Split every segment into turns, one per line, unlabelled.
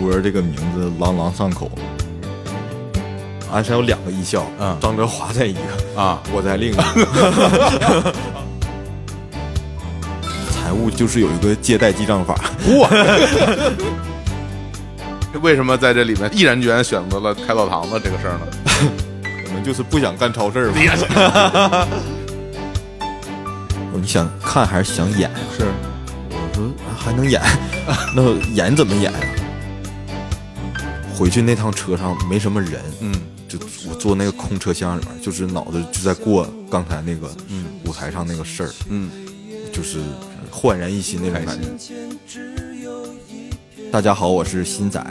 波这个名字朗朗上口。鞍山有两个艺校，
嗯
张哲华在一个，
啊，
我在另一个。财务就是有一个借贷记账法，
为什么在这里面毅然决然选择了开澡堂子这个事儿呢？
我们就是不想干超市嘛。 哦我说你想看还是想演？
是
我说啊还能演，那演怎么演啊？回去那趟车上没什么人，
嗯，
就我坐那个空车厢里面，就是脑子就在过刚才那个
嗯
舞台上那个事儿，
嗯，
就是焕然一新那种
开
感觉。
心，
大家好，我是新仔，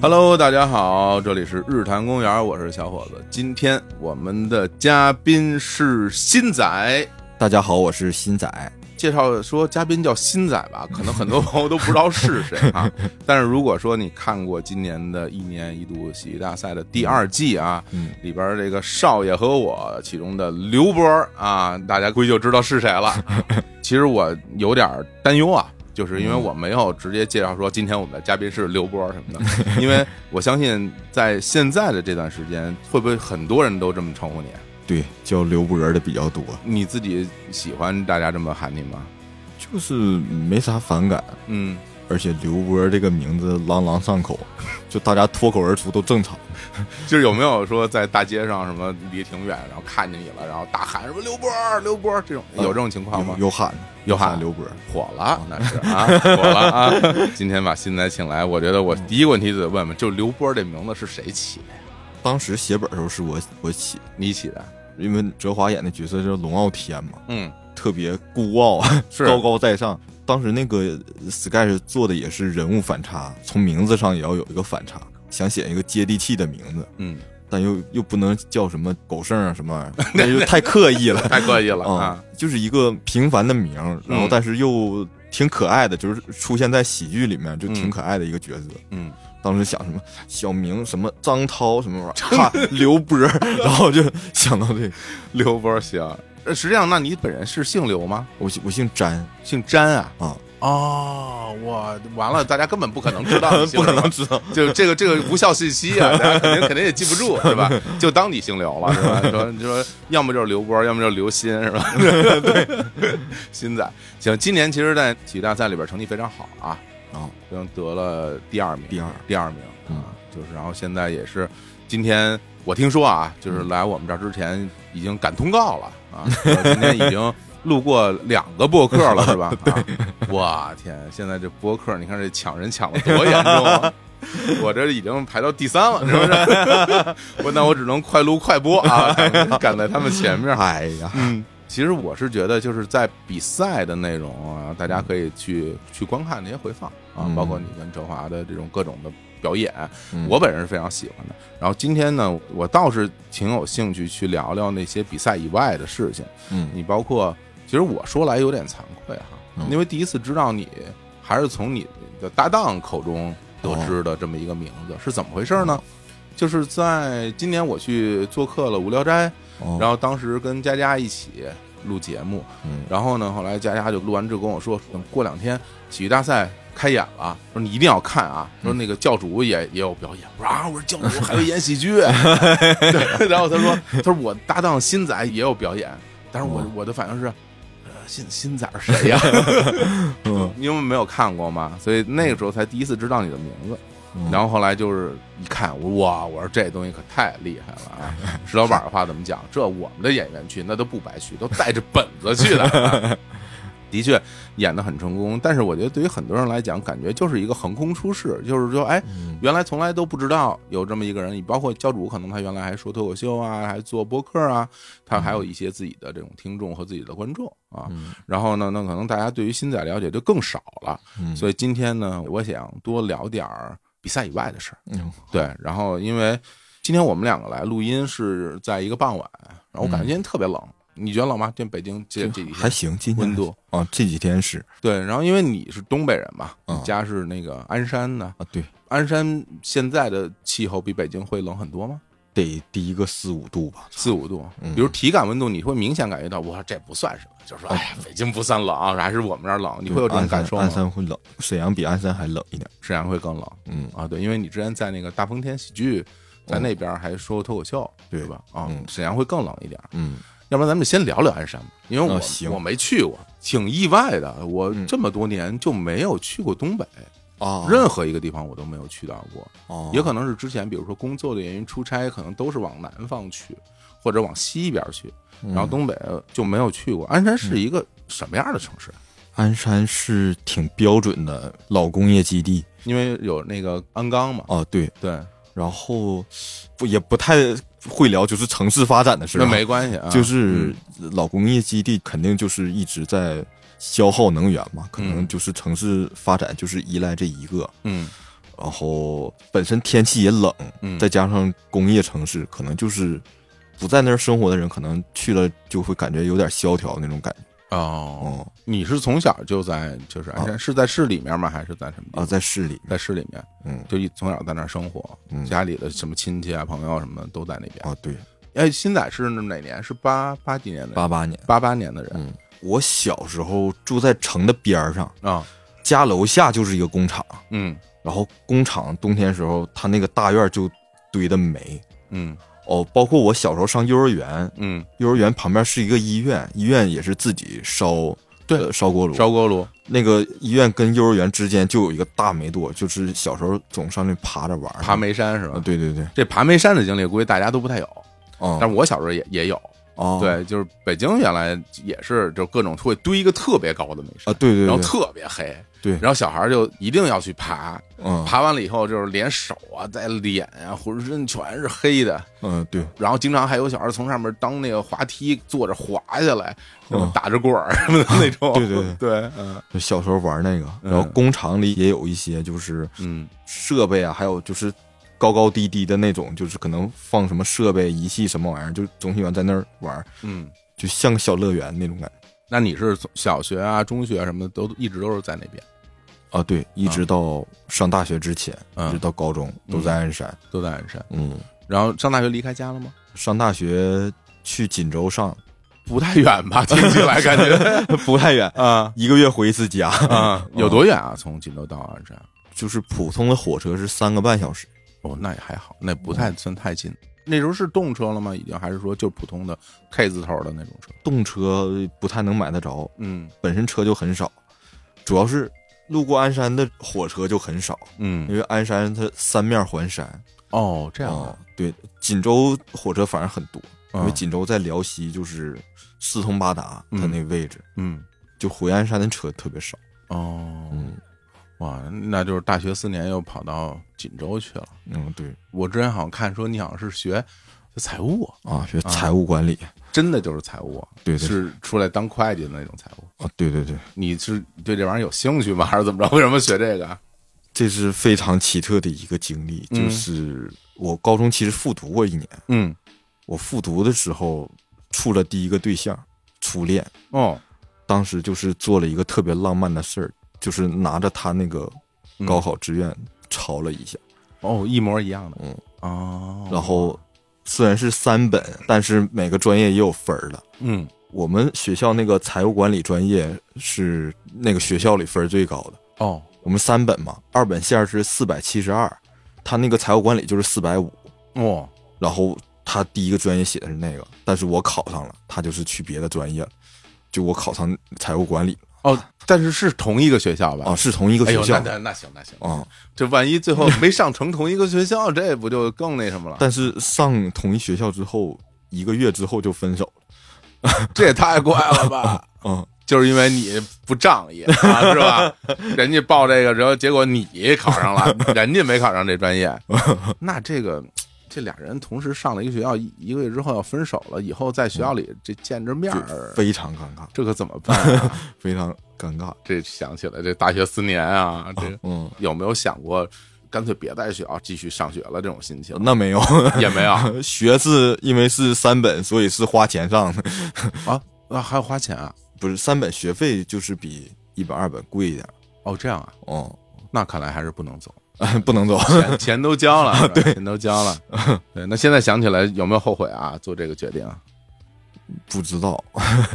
Hello，大家好，这里是日坛公园，我是小伙子。今天我们的嘉宾是新仔。
大家好，我是新仔。
介绍说嘉宾叫新仔吧，可能很多朋友都不知道是谁 啊。但是如果说你看过今年的一年一度喜剧大赛的第二季啊，
嗯
里边这个少爷和我其中的刘波儿啊，大家估计就知道是谁了。其实我有点担忧啊。就是因为我没有直接介绍说今天我们的嘉宾是刘波儿什么的，因为我相信在现在的这段时间，会不会很多人都这么称呼你？
对，叫刘博的比较多，
你自己喜欢大家这么喊你吗？
就是没啥反感，
嗯，
而且刘波这个名字朗朗上口，就大家脱口而出都正常。
就是有没有说在大街上什么离挺远，然后看见你了，然后大喊什么刘波儿刘波儿这种，有这种情况吗
有？有喊
有喊
刘波，
火了，那是啊，火了啊！今天把新仔请来，我觉得
嗯
我第一个问题就得问问，就刘波儿这名字是谁起的呀？
当时写本的时候是我我起，
你起的？
因为哲华演的角色叫龙傲天嘛，
嗯，
特别孤傲，
是
高高在上。当时那个 sketch 做的也是人物反差，从名字上也要有一个反差，想写一个接地气的名字，
嗯，
但又又不能叫什么狗剩啊什么玩意儿，那就太刻意了。
太刻意 了
啊、
啊！
就是一个平凡的名儿，然后
嗯
但是又挺可爱的，就是出现在喜剧里面就挺可爱的一个角色。
嗯，
当时想什么小明、什么张涛、什么玩意儿，哈刘波儿， 然后就想到这个。
刘波儿行。呃实际上，那你本人是姓刘吗？
我姓我姓詹
姓詹啊？
啊，
哦，我完了，大家根本不可能知道 你姓
不可
刘
能知道。
就这个这个无效信息啊，大家肯定肯定也记不住，是吧？就当你姓刘了，是吧？你说你说，要么就是刘波，要么就是刘鑫，是吧？ 对，鑫仔，行，今年其实，在体育大赛里边成绩非常好啊，
啊，
然后得了第二名，
第二
第二名
嗯
啊，就是然后现在也是今天。我听说
嗯
啊，就是来我们这儿之前已经赶通告了 啊，今天已经录过两个播客了，是吧？啊，我天，现在这播客，你看这抢人抢的多严重 啊！我这已经排到第三了，是不是？我 那我只能快录快播啊，赶赶在他们前面。
哎呀，
嗯，其实我是觉得，就是在比赛的内容啊，大家可以去去观看那些回放啊，
嗯
包括你跟哲华的这种各种的表演，
嗯
我本人是非常喜欢的。然后今天呢，我倒是挺有兴趣去聊聊那些比赛以外的事情。
嗯，
你包括，其实我说来有点惭愧哈、
嗯
因为第一次知道你还是从你的搭档口中得知的这么一个名字，是怎么回事呢？
嗯
就是在今年我去做客了无聊斋，
哦
然后当时跟佳佳一起录节目，
嗯
然后呢，后来佳佳就录完之后跟我说，等过两天喜剧大赛开演了，说你一定要看啊，
嗯
说那个教主也也有表演，我说啊，我说教主还会演 喜剧，对然后他说，他说我搭档新仔也有表演，但是我
哦
我的反应是，呃新新仔 是谁呀？
嗯
因为没有看过嘛，所以那个时候才第一次知道你的名字。
嗯
然后后来就是一看，我说哇，我说这东西可太厉害了啊！石老板的话怎么讲？这我们的演员去那都不白去，都带着本子去的啊。的确演得很成功，但是我觉得对于很多人来讲，感觉就是一个横空出世，就是说，哎，原来从来都不知道有这么一个人。你包括教主，可能他原来还说脱口秀啊，还做播客啊，他还有一些自己的这种听众和自己的观众啊。
嗯
然后呢，那可能大家对于新仔了解就更少了。
嗯
所以今天呢，我想多聊点儿比赛以外的事儿。
嗯
对，然后因为今天我们两个来录音是在一个傍晚，然后我感觉今天特别冷，你觉得冷吗？今天北京这这几
嗯还
天
行，今天
温度
啊，这几天是
对，然后因为你是东北人嘛，
嗯
你家是那个鞍山的，
啊，对，
鞍山现在的气候比北京会冷很多吗？
得低个四五度吧，
四五度
嗯，
比如体感温度，你会明显感觉到，哇，这不算什么，就是说，
嗯
哎呀，北京不算冷，啊还是我们这儿冷，你会有这种感受
鞍
吗？
山鞍山会冷，沈阳比鞍山还冷一点。
沈阳会更冷
嗯，
啊，对，因为你之前在那个大风天喜剧，在那边还说过脱口秀，
嗯对
是吧？啊
嗯，
沈阳会更冷一点，
嗯，
要不然咱们先聊聊鞍山吧，因为我
哦行
我没去过，挺意外的，我
嗯
这么多年就没有去过东北，
啊
任何一个地方我都没有去到过，
哦
也可能是之前比如说工作的原因出差，可能都是往南方去或者往西边去，然
嗯
后东北就没有去过。鞍山是一个什么样的城市？
鞍山是挺标准的老工业基地
因为有那个鞍钢嘛，
啊，对，
对，
然后不也不太会聊就是城市发展的事、
那
啊，
没关系啊，嗯
就是老工业基地肯定就是一直在消耗能源嘛，可能
嗯
就是城市发展就是依赖这一个，
嗯
然后本身天气也冷，
嗯，
再加上工业城市，可能就是不在那儿生活的人，可能去了就会感觉有点萧条那种感觉。
哦，
哦
你是从小就在就是鞍山，是在市里面吗？还是在什么
啊，
地方？
在市里，
在市里面，
嗯
就一从小在那儿生活，
嗯
家里的什么亲戚啊、朋友什么的都在那边。
啊，对，
哎，新仔是哪年？是八八几年的人？
八八年，
八八年的人
嗯，我小时候住在城的边儿上，
啊，
家楼下就是一个工厂，
嗯
然后工厂冬天时候，它那个大院就堆的煤。
嗯
哦，包括我小时候上幼儿园，
嗯，
幼儿园旁边是一个医院，医院也是自己烧，
对
呃烧锅炉。
烧锅炉，
那个医院跟幼儿园之间就有一个大煤垛，就是小时候总上去爬着玩儿。
爬煤山是
啊，
吧？
对对对，
这爬煤山的经历，估计大家都不太有，
哦，
但是我小时候也也有。
哦，
对，就是北京原来也是，就各种会堆一个特别高的煤
啊，
山，
对对
然后
对，
特别黑，
对
然后小孩儿就一定要去爬，
嗯
爬完了以后就是连手啊、带脸啊，浑身全是黑的。
嗯，对，
然后经常还有小孩从上面当那个滑梯坐着滑下来，然后
嗯
打着滚儿什么的那种。
对 对对
嗯
就小时候玩那个。
嗯
然后工厂里也有一些就是
嗯
设备啊，还有就是高高低低的那种，就是可能放什么设备、仪器什么玩意儿，就总喜欢在那儿玩儿，
嗯。
就像个小乐园那种感觉。
那你是从小学啊、中学什么的都一直都是在那边，
啊，对，一直到上大学之前，一直
嗯，
到高中都在鞍山。
都在鞍山。
嗯，
然后上大学离开家了吗？
上大学去锦州上，
不太远吧，听起来感觉
不太远，
啊
一个月回一次家。
啊，有多远啊？从锦州到鞍山？
就是普通的火车是三个半小时，
哦，那也还好，那不太算太近。那时候是动车了吗？已经还是说就普通的 K 字头的那种车？
动车不太能买得着，
嗯
本身车就很少，主要是路过鞍山的火车就很少，
嗯，
因为鞍山它三面环山。
哦，这样
啊，对，锦州火车反而很多，因
啊
为，锦州在辽西就是四通八达，它
嗯
那位置
嗯，
就回鞍山的车特别少。
哦，
嗯
哇，那就是大学四年又跑到锦州去了。
嗯，对
我之前好像看说你好像是学财务，
啊，学财务管理，
真的就是财务，
对对
是出来当会计的那种财务。
啊，对对对，
你是对这玩意儿有兴趣吗？还是怎么着？为什么学这个？啊
这是非常奇特的一个经历，
嗯
就是我高中其实复读过一年，
嗯，
我复读的时候处了第一个对象，初恋，
哦，
当时就是做了一个特别浪漫的事儿，就是拿着他那个
嗯
高考志愿抄了一下，
哦，一模一样的。
嗯，
哦，
然后虽然是三本，但是每个专业也有分儿的。
嗯，
我们学校那个财务管理专业是那个学校里分儿最高的，
哦，
我们三本嘛，二本线儿是四百七十二，他那个财务管理就是四百五，
哦，
然后他第一个专业写的是那个，但是我考上了，他就是去别的专业了，就我考上财务管理
哦，但是是同一个学校哦吧？
啊，是同一个
哎
学
呦，那
校
那那行那行，
啊，
这万一最后没上成同一个学校，这不就更那什么了？
但是上同一学校之后，一个月之后就分手了
这也太怪了 吧！
啊，
就是因为你不仗义， 啊、是吧？人家报这个，然后结果你考上 了，人家没考上这专 业，那这个这俩人同时上了一个学校，一一个月之后要分手了，以后在学校里这见着面儿
就，非常尴尬，
这可怎么办、啊？
非常尴尬，
这想起来这大学四年啊，这
嗯。
有没有想过干脆别在学校继续上学了这种心 情，
那没有，
也没有
学是因为是三本，所以是花钱上的，
啊啊，还要花钱啊？
不是三本学费就是比一本二本贵一点
哦，这样啊，
哦，
那看来还是不能走，
不能走。
钱钱都交 了，对，钱都交了， 对，那现在想起来有没有后悔啊？做这个决定，
不知道，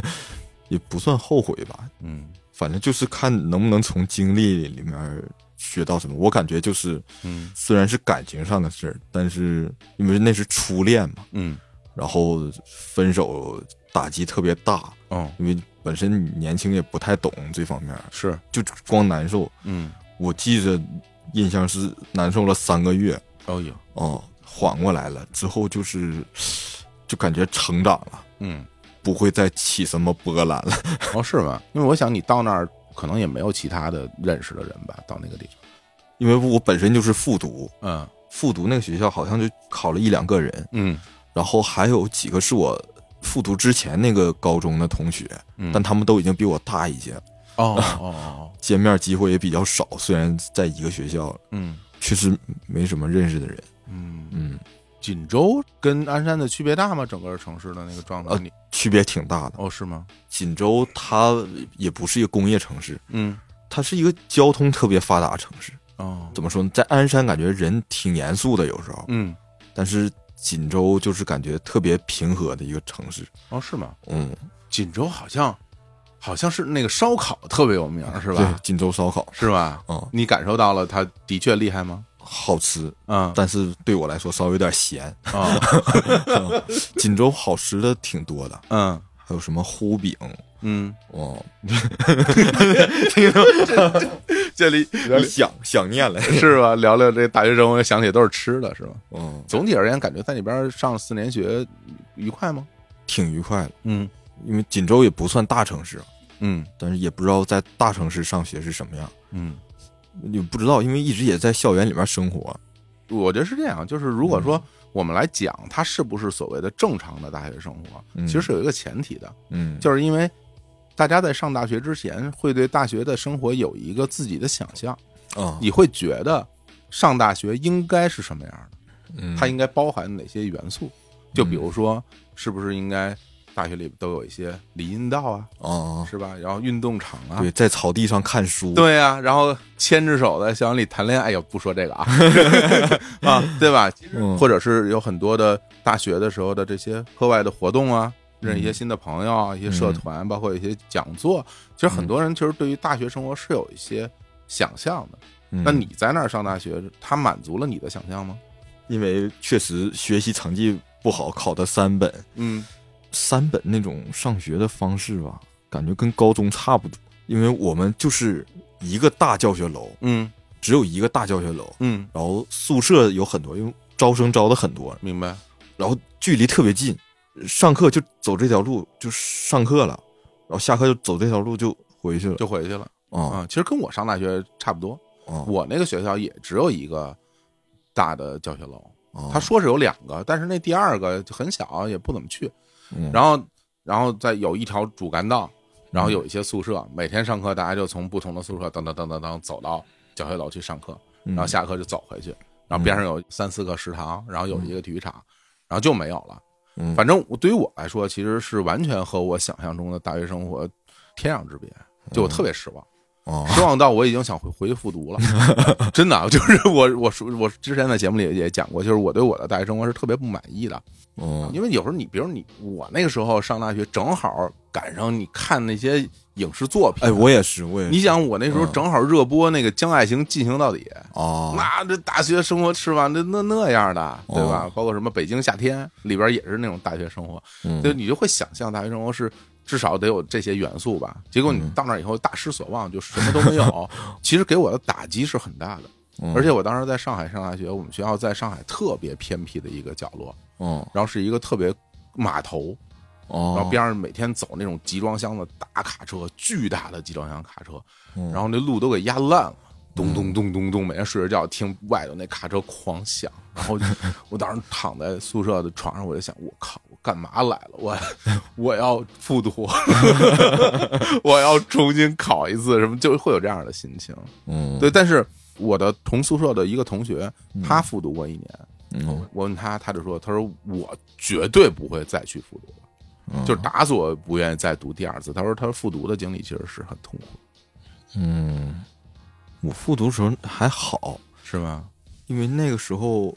也不算后悔吧，
嗯
反正就是看能不能从经历里面学到什么。我感觉就是，
嗯
虽然是感情上的事儿，但是因为那是初恋嘛，
嗯，
然后分手打击特别大，
哦，
因为本身年轻也不太懂这方面，
是，
就光难受。
嗯，
我记着印象是难受了三个月，
哦有，
哦，缓过来了之后就是，就感觉成长了，
嗯，
不会再起什么波澜了。
哦是吗？因为我想你到那儿可能也没有其他的认识的人吧，到那个地方，
因为我本身就是复读，
嗯
复读那个学校好像就考了一两个人，
嗯
然后还有几个是我复读之前那个高中的同学，
嗯，
但他们都已经比我大一些，
哦哦哦，
见面机会也比较少。虽然在一个学校，
嗯
确实没什么认识的人。
嗯。
嗯，
锦州跟鞍山的区别大吗？整个城市的那个状态？
呃
你
区别挺大的。
哦，是吗？
锦州它也不是一个工业城市，
嗯，
它是一个交通特别发达的城市。
哦，
怎么说呢，在鞍山感觉人挺严肃的，有时候，
嗯，
但是锦州就是感觉特别平和的一个城市。
哦，是吗？
嗯，
锦州好像好像是那个烧烤特别有名，是
对
吧，？
锦州烧烤，
是吧？
嗯，
你感受到了它的确厉害吗？
好吃，
嗯，
但是对我来说稍微有点咸。
哦，
锦州好吃的挺多的，
嗯
还有什么糊饼，
嗯，
哦，
这里
想想念了，
是吧？聊聊这大学生活，想起都是吃的，是吧？
嗯，
总体而言，感觉在那边上四年学愉快吗？
挺愉快的。
嗯
因为锦州也不算大城市，
嗯
但是也不知道在大城市上学是什么样，
嗯。
也不知道，因为一直也在校园里面生活。
我觉得是这样，就是如果
嗯
说我们来讲它是不是所谓的正常的大学生活，
嗯
其实是有一个前提的，
嗯，
就是因为大家在上大学之前会对大学的生活有一个自己的想象，
啊，
你会觉得上大学应该是什么样的，
嗯
它应该包含哪些元素？就比如说，是不是应该大学里都有一些林荫道啊，
哦，
是吧？然后运动场啊，
对，在草地上看书，
对呀、然后牵着手在校园里谈恋爱，哎呦，不说 这个啊，啊，对吧？
嗯
或者是有很多的大学的时候的这些课外的活动啊，认
嗯
识一些新的朋友啊，一些社团，包括一些讲座。其实很多人其实对于大学生活是有一些想象的。
嗯
那你在那儿上大学，它满足了你的想象吗？
因为确实学习成绩不好，考的三本，
嗯
三本那种上学的方式吧，感觉跟高中差不多。因为我们就是一个大教学楼，
嗯
只有一个大教学楼，
嗯，
然后宿舍有很多，因为招生招的很多，
明白。
然后距离特别近，上课就走这条路就上课了，然后下课就走这条路就回去了。
就回去了
啊
啊、其实跟我上大学差不多，
啊
我那个学校也只有一个大的教学楼。
啊！
他说是有两个，但是那第二个就很小，也不怎么去。
嗯
然后，然后再有一条主干道，然后有一些宿舍，每天上课大家就从不同的宿舍噔噔噔噔噔走到教学楼去上课，
嗯
然后下课就走回去。然后边上有三四个食堂，然后有一个体育场，然后就没有了。
嗯
反正我对于我来说，其实是完全和我想象中的大学生活天壤之别，就我
嗯
特别失望。
啊
失望到我已经想回回去复读了， 真的啊，就是我 我说我之前在节目里也讲过，就是我对我的大学生活是特别不满意的，
嗯
因为有时候你，比如你我那个时候上大学，正好赶上你看那些影视作品，
哎，我也是，我也是嗯
你想我那时候正好热播那个《将爱情进行到底》，
啊，
那这大学生活是吧？那那那样的，对吧？
哦
包括什么《北京夏天》里边也是那种大学生活，
嗯
就你就会想象大学生活是至少得有这些元素吧。结果
嗯
你到那儿以后大失所望，就什么都 没有。其实给我的打击是很大的，
嗯
而且我当时在上海上大学，我们学校在上海特别偏僻的一个角落，
嗯
然后是一个特别码头，
哦，
然后边上每天走那种集装箱的大卡车，巨大的集装箱卡车，
嗯
然后那路都给压烂了。咚咚咚咚咚，每天睡着觉听外头那卡车狂响，然 后我当时躺在宿舍的床上，我就想，我靠，我干嘛来了？ 我我要复读， 我要重新考一次，什么就会有这样的心情。
嗯
对，但是我的同宿舍的一个同学，
嗯
他复读过一年，
嗯，
我问他，他就说，他说我绝对不会再去复读了，
嗯
就是打死我不愿意再读第二次。他说，他说复读的经历其实是很痛苦，
嗯，我复读时候还好，
是吗？
因为那个时候，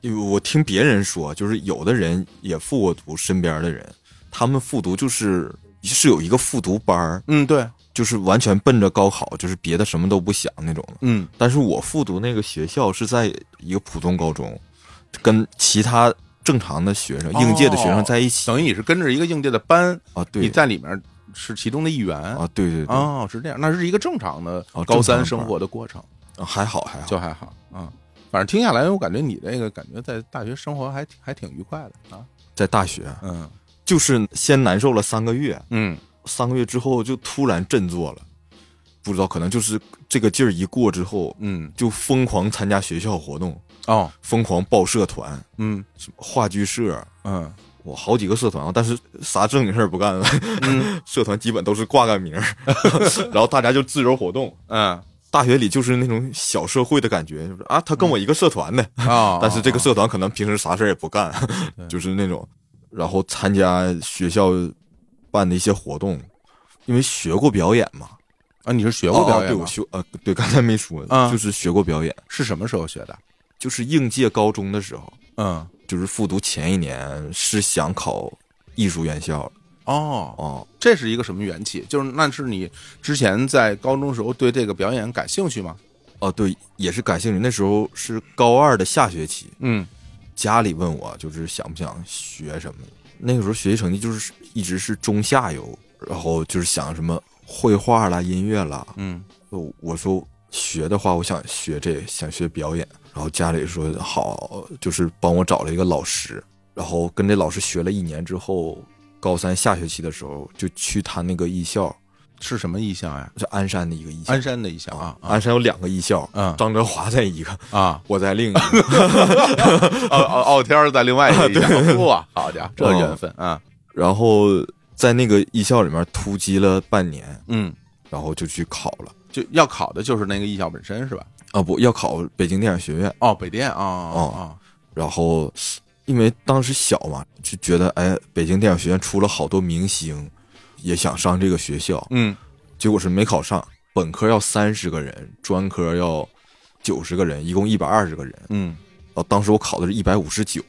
因为我听别人说，就是有的人也复过读，身边的人他们复读就是是有一个复读班儿，
嗯，对，
就是完全奔着高考，就是别的什么都不想那种的。
嗯，
但是我复读那个学校是在一个普通高中，跟其他正常的学生、
哦
应届的学生在一起
等于你是跟着一个应届的班，
啊，对，
你在里面是其中的一员
啊，对对对，
哦，是这样，那是一个正常的
哦
高
正常
三
的
生活的过程，
啊还好还好，
就还好啊。反正听下来，我感觉你这个感觉在大学生活还挺还挺愉快的啊。
在大学
嗯
就是先难受了三个月，
嗯，
三个月之后就突然振作了，不知道可能就是这个劲儿一过之后，
嗯
就疯狂参加学校活动，
哦
疯狂报社团、
嗯
话剧社，
嗯
我好几个社团啊，但是啥正经事儿不干了，
嗯
社团基本都是挂个名儿， 然后大家就自由活动。
嗯
大学里就是那种小社会的感觉，就是啊，他跟我一个社团的，
哦，
但是这个社团可能平时啥事儿也不干，就是那种，然后参加学校办的一些活动，因为学过表演嘛，
啊，你是学过表
哦哦对
演
我
吗？
学呃，对，刚才没说，
啊
就是学过表演，
是什么时候学的？
就是应届高中的时候，
嗯
就是复读前一年是想考艺术院校
哦，
哦，
这是一个什么缘起？就是那是你之前在高中时候对这个表演感兴趣吗？
哦，对，也是感兴趣。那时候是高二的下学期，
嗯
家里问我就是想不想学什么。那个时候学习成绩就是一直是中下游，然后就是想什么绘画啦、音乐啦。
嗯
我呃我说学的话，我想学这，想学表演。然后家里说好，就是帮我找了一个老师，然后跟这老师学了一年之后，高三下学期的时候就去他那个艺校，
是什么意象呀？
是鞍山的一个艺校。
鞍山的意象啊啊
鞍山有两个艺校，
嗯
张哲华在一个，
啊！
我在 另一个。
傲傲傲天儿在另外一个啊对 哇，好家伙，这
哦
缘分啊！
然后在那个艺校里面突击了半年，
嗯，
然后就去考了。
就要考的就是那个艺校本身是吧？
啊，不要考北京电影学院。
哦，北电啊哦
然后因为当时小嘛，就觉得哎，北京电影学院出了好多明星，也想上这个学校，
嗯
结果是没考上。本科要三十个人，专科要九十个人，一共一百二十个人。
嗯，
啊，当时我考的是一百五十九，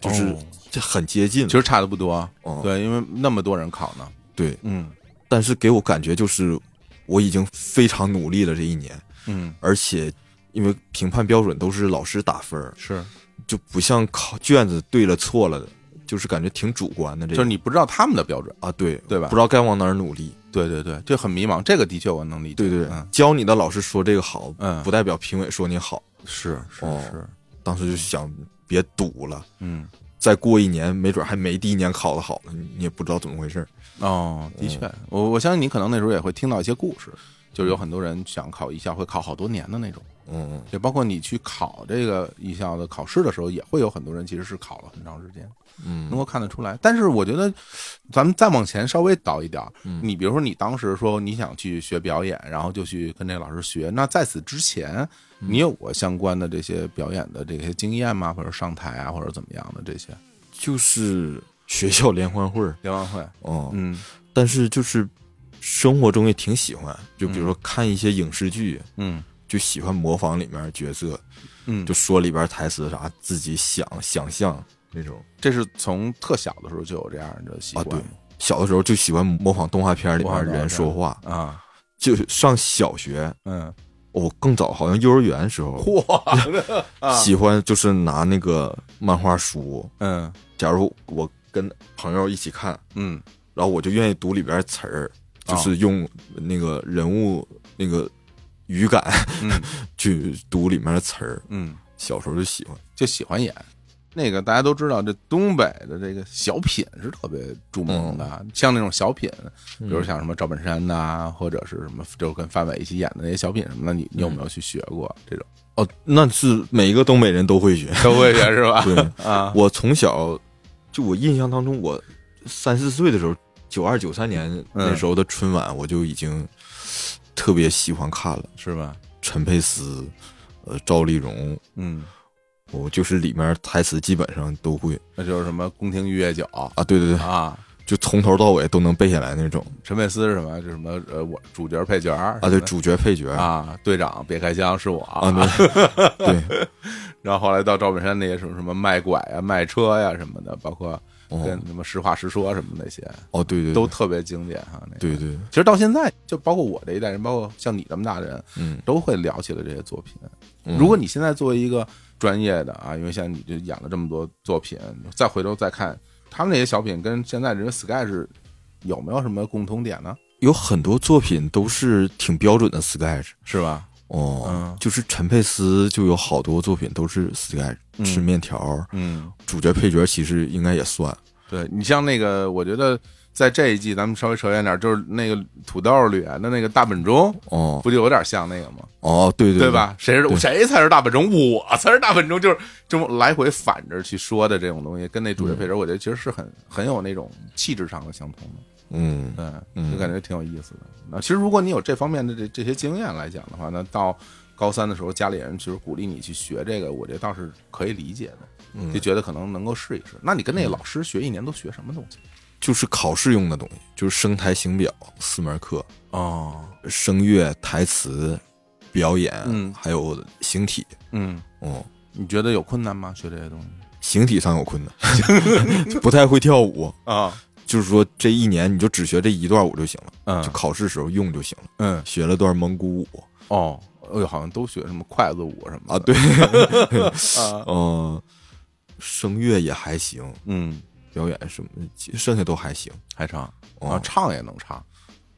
就是
哦
这很接近
其
了。
实差的不多，啊
哦
对，因为那么多人考呢，
对，
嗯
但是给我感觉就是我已经非常努力了这一年。
嗯
而且因为评判标准都是老师打分儿，
是，
就不像考卷子对了错了的，就是感觉挺主观的。这
就
个
是你不知道他们的标准，
啊，对
对吧
不知道该往哪儿努力。
对对对，这很迷茫，这个的确我能理解，
对对对，
嗯
教你的老师说这个好，
嗯
不代表评委说你好。
是是
哦
是，
当时就想别赌了，
嗯
再过一年没准还没第一年考的好呢，你也不知道怎么回事儿。
哦，的确，我我相信你可能那时候也会听到一些故事，就是有很多人想考艺校会考好多年的那种。
嗯，
对，包括你去考这个艺校的考试的时候，也会有很多人其实是考了很长时间，
嗯
能够看得出来。但是我觉得，咱们再往前稍微倒一点儿，
嗯
你比如说你当时说你想去学表演，然后就去跟这个老师学，那在此之前，你有过相关的这些表演的这些经验吗？或者上台啊，或者怎么样的这些
就是学校联欢会儿，
联欢会？
哦、
嗯
但是就是生活中也挺喜欢，就比如说看一些影视剧，
嗯
就喜欢模仿里面角色，
嗯，
就说里边台词啥，自己想想象那种。
这是从特小的时候就有这样的习
啊
惯
对小的时候就喜欢模仿动画片里面人说话，
吗啊，
就上小学，
嗯，
我、更早好像幼儿园时候，
嚯， 啊
喜欢就是拿那个漫画书，
嗯
假如我跟朋友一起看，
嗯
然后我就愿意读里边词儿，
哦
就是用那个人物那个语感
嗯
去读里面的词儿。
嗯。
小时候就喜欢，
就喜欢演。那个大家都知道，这东北的这个小品是特别著名的，
嗯
像那种小品，比如像什么赵本山呐、或者是什么，就是跟范伟一起演的那些小品什么的，你你有
嗯
没有去学过这种？
哦，那是每一个东北人都会学。
都会学是吧？
对，
啊，
我从小就我印象当中，我三四岁的时候，九二九三年那时候的春晚，我就已经特别喜欢看了
是吧？
陈佩斯、呃，赵丽蓉，
嗯，
我就是里面台词基本上都会
那就是什么宫廷玉液酒
啊，对对对，
啊，
就从头到尾都能背下来那种
陈佩斯是什么？就是什么呃，我主角配角啊
啊，对，主角配角
啊，队长别开枪是我
啊，对 对，
然后后来到赵本山那些什么什么卖拐啊、卖车呀、什么的，包括跟
哦
什么实话实说什么那些，
哦，对对
都
对
特别经典哈、那个，
对对，
其实到现在，就包括我这一代人，包括像你这么大的人，
嗯，
都会聊起了这些作品。
嗯
如果你现在作为一个专业的啊，因为现在你就演了这么多作品，再回头再看他们那些小品，跟现在人家 Sky 是有没有什么共通点呢？
有很多作品都是挺标准的 sketch
是吧？
哦，
嗯
就是陈佩斯就有好多作品都是 sketch 吃面条，
嗯，
主角配角其实应该也算
对你像那个，我觉得在这一季咱们稍微扯远点，就是那个土豆里演的那个大本钟，
哦
不就有点像那个吗？
哦，对对
对？吧？谁是
对
谁才是大本钟？我才是大本钟，就是这么来回反着去说的这种东西，跟那主
嗯
角配角，我觉得其实是很很有那种气质上的相通的，
嗯
对，
嗯
就感觉挺有意思的。那其实如果你有这方面的这这些经验来讲的话，那到高三的时候，家里人其实鼓励你去学这个，我觉得倒是可以理解
嗯
的，就觉得可能能够试一试。那你跟那个老师学一年都学什么东西？
就是考试用的东西，就是声台形表四门课，
哦，
声乐、台词、表演，
嗯
还有形体，
嗯，
哦、
你觉得有困难吗？学这些东西
形体上有困难， 不太会跳舞，
啊？
就是说这一年你就只学这一段舞就行了，
嗯
就考试时候用就行了。
嗯
学了段蒙古舞
哦，哎呦，好像都学什么筷子舞什么的
啊，对，
啊，
嗯、声乐也还行，
嗯，
表演什么剩下都还行，
还唱啊
哦，
唱也能唱。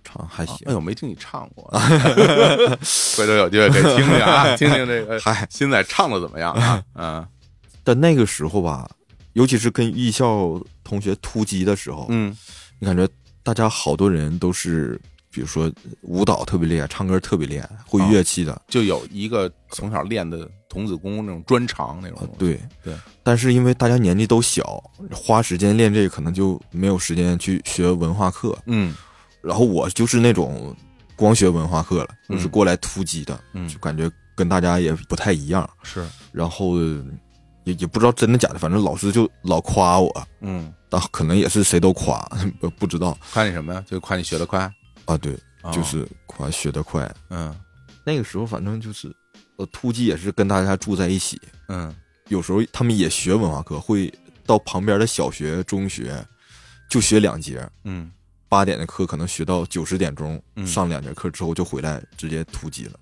唱还行
哎。呦，没听你唱 过，回头有机会可以听听 啊，听听这个
嗨
现在唱的怎么样 啊？嗯
但那个时候吧，尤其是跟艺校同学突击的时候，
嗯
你感觉大家好多人都是，比如说舞蹈特别厉害，唱歌特别厉害，会乐器的，
就有一个从小练的童子功那种专长那种
啊
东西，
对
对。
但是因为大家年纪都小，花时间练这个可能就没有时间去学文化课。
嗯
然后我就是那种光学文化课了，
嗯
就是过来突击的，
嗯
就感觉跟大家也不太一样。
是
然后也也不知道真的假的，反正老师就老夸我，
嗯，
但可能也是谁都夸，不不知道
夸你什么呀？就夸你学得快，
啊。对，
哦
就是夸学得快。
嗯
那个时候反正就是，呃，突击也是跟大家住在一起，
嗯
有时候他们也学文化课，会到旁边的小学、中学就学两节。
嗯，
八点的课可能学到九十点钟，
嗯
上两节课之后就回来直接突击了，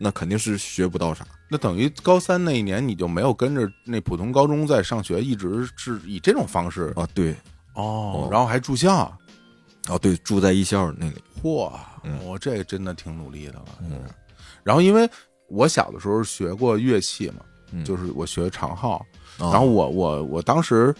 那肯定是学不到啥。
那等于高三那一年你就没有跟着那普通高中在上学，一直是以这种方式
啊，对，
哦
哦
然后还住校，
啊对，住在艺校那里，
嚯，
嗯
我这真的挺努力的了。
嗯
就是然后因为我小的时候学过乐器嘛，
嗯
就是我学长号，
啊
然后我我我当时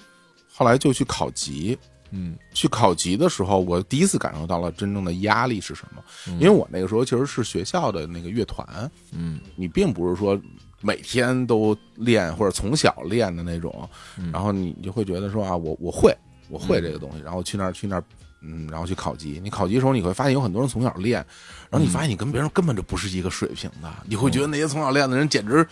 后来就去考级。
嗯
去考级的时候，我第一次感受到了真正的压力是什么。
嗯
因为我那个时候其实是学校的那个乐团，
嗯
你并不是说每天都练或者从小练的那种，
嗯
然后你就会觉得说啊，我我会，我会这个东西，然后去那儿去那儿，嗯，然后去考级。你考级的时候，你会发现有很多人从小练，然后你发现你跟别人根本就不是一个水平的，你会觉得那些从小练的人简直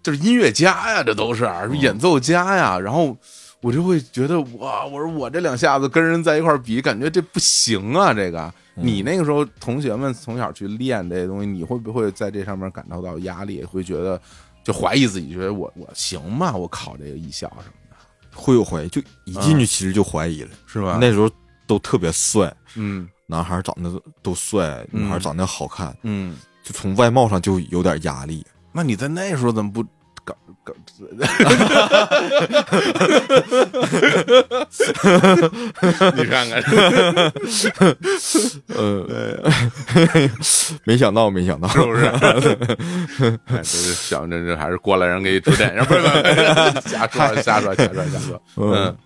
就是音乐家呀，这都是
嗯
演奏家呀，然后。我就会觉得哇，我说我这两下子跟人在一块儿比，感觉这不行啊！这个，你那个时候同学们从小去练这些东西，你会不会在这上面感受到压力？会觉得就怀疑自己，觉得我我行吗？我考这个艺校什么的，
会有怀疑，就一进去其实就怀疑了。
是吧？
那时候都特别帅，
嗯
男孩长得都帅，
嗯
女孩长得好看，
嗯，
就从外貌上就有点压力。
那你在那时候怎么不搞搞？ 你看看，
呃， 没想到，没想到，
是不是？ 哎这是想这这还是过来人给你指点，不是不是，瞎说瞎说瞎说瞎说，嗯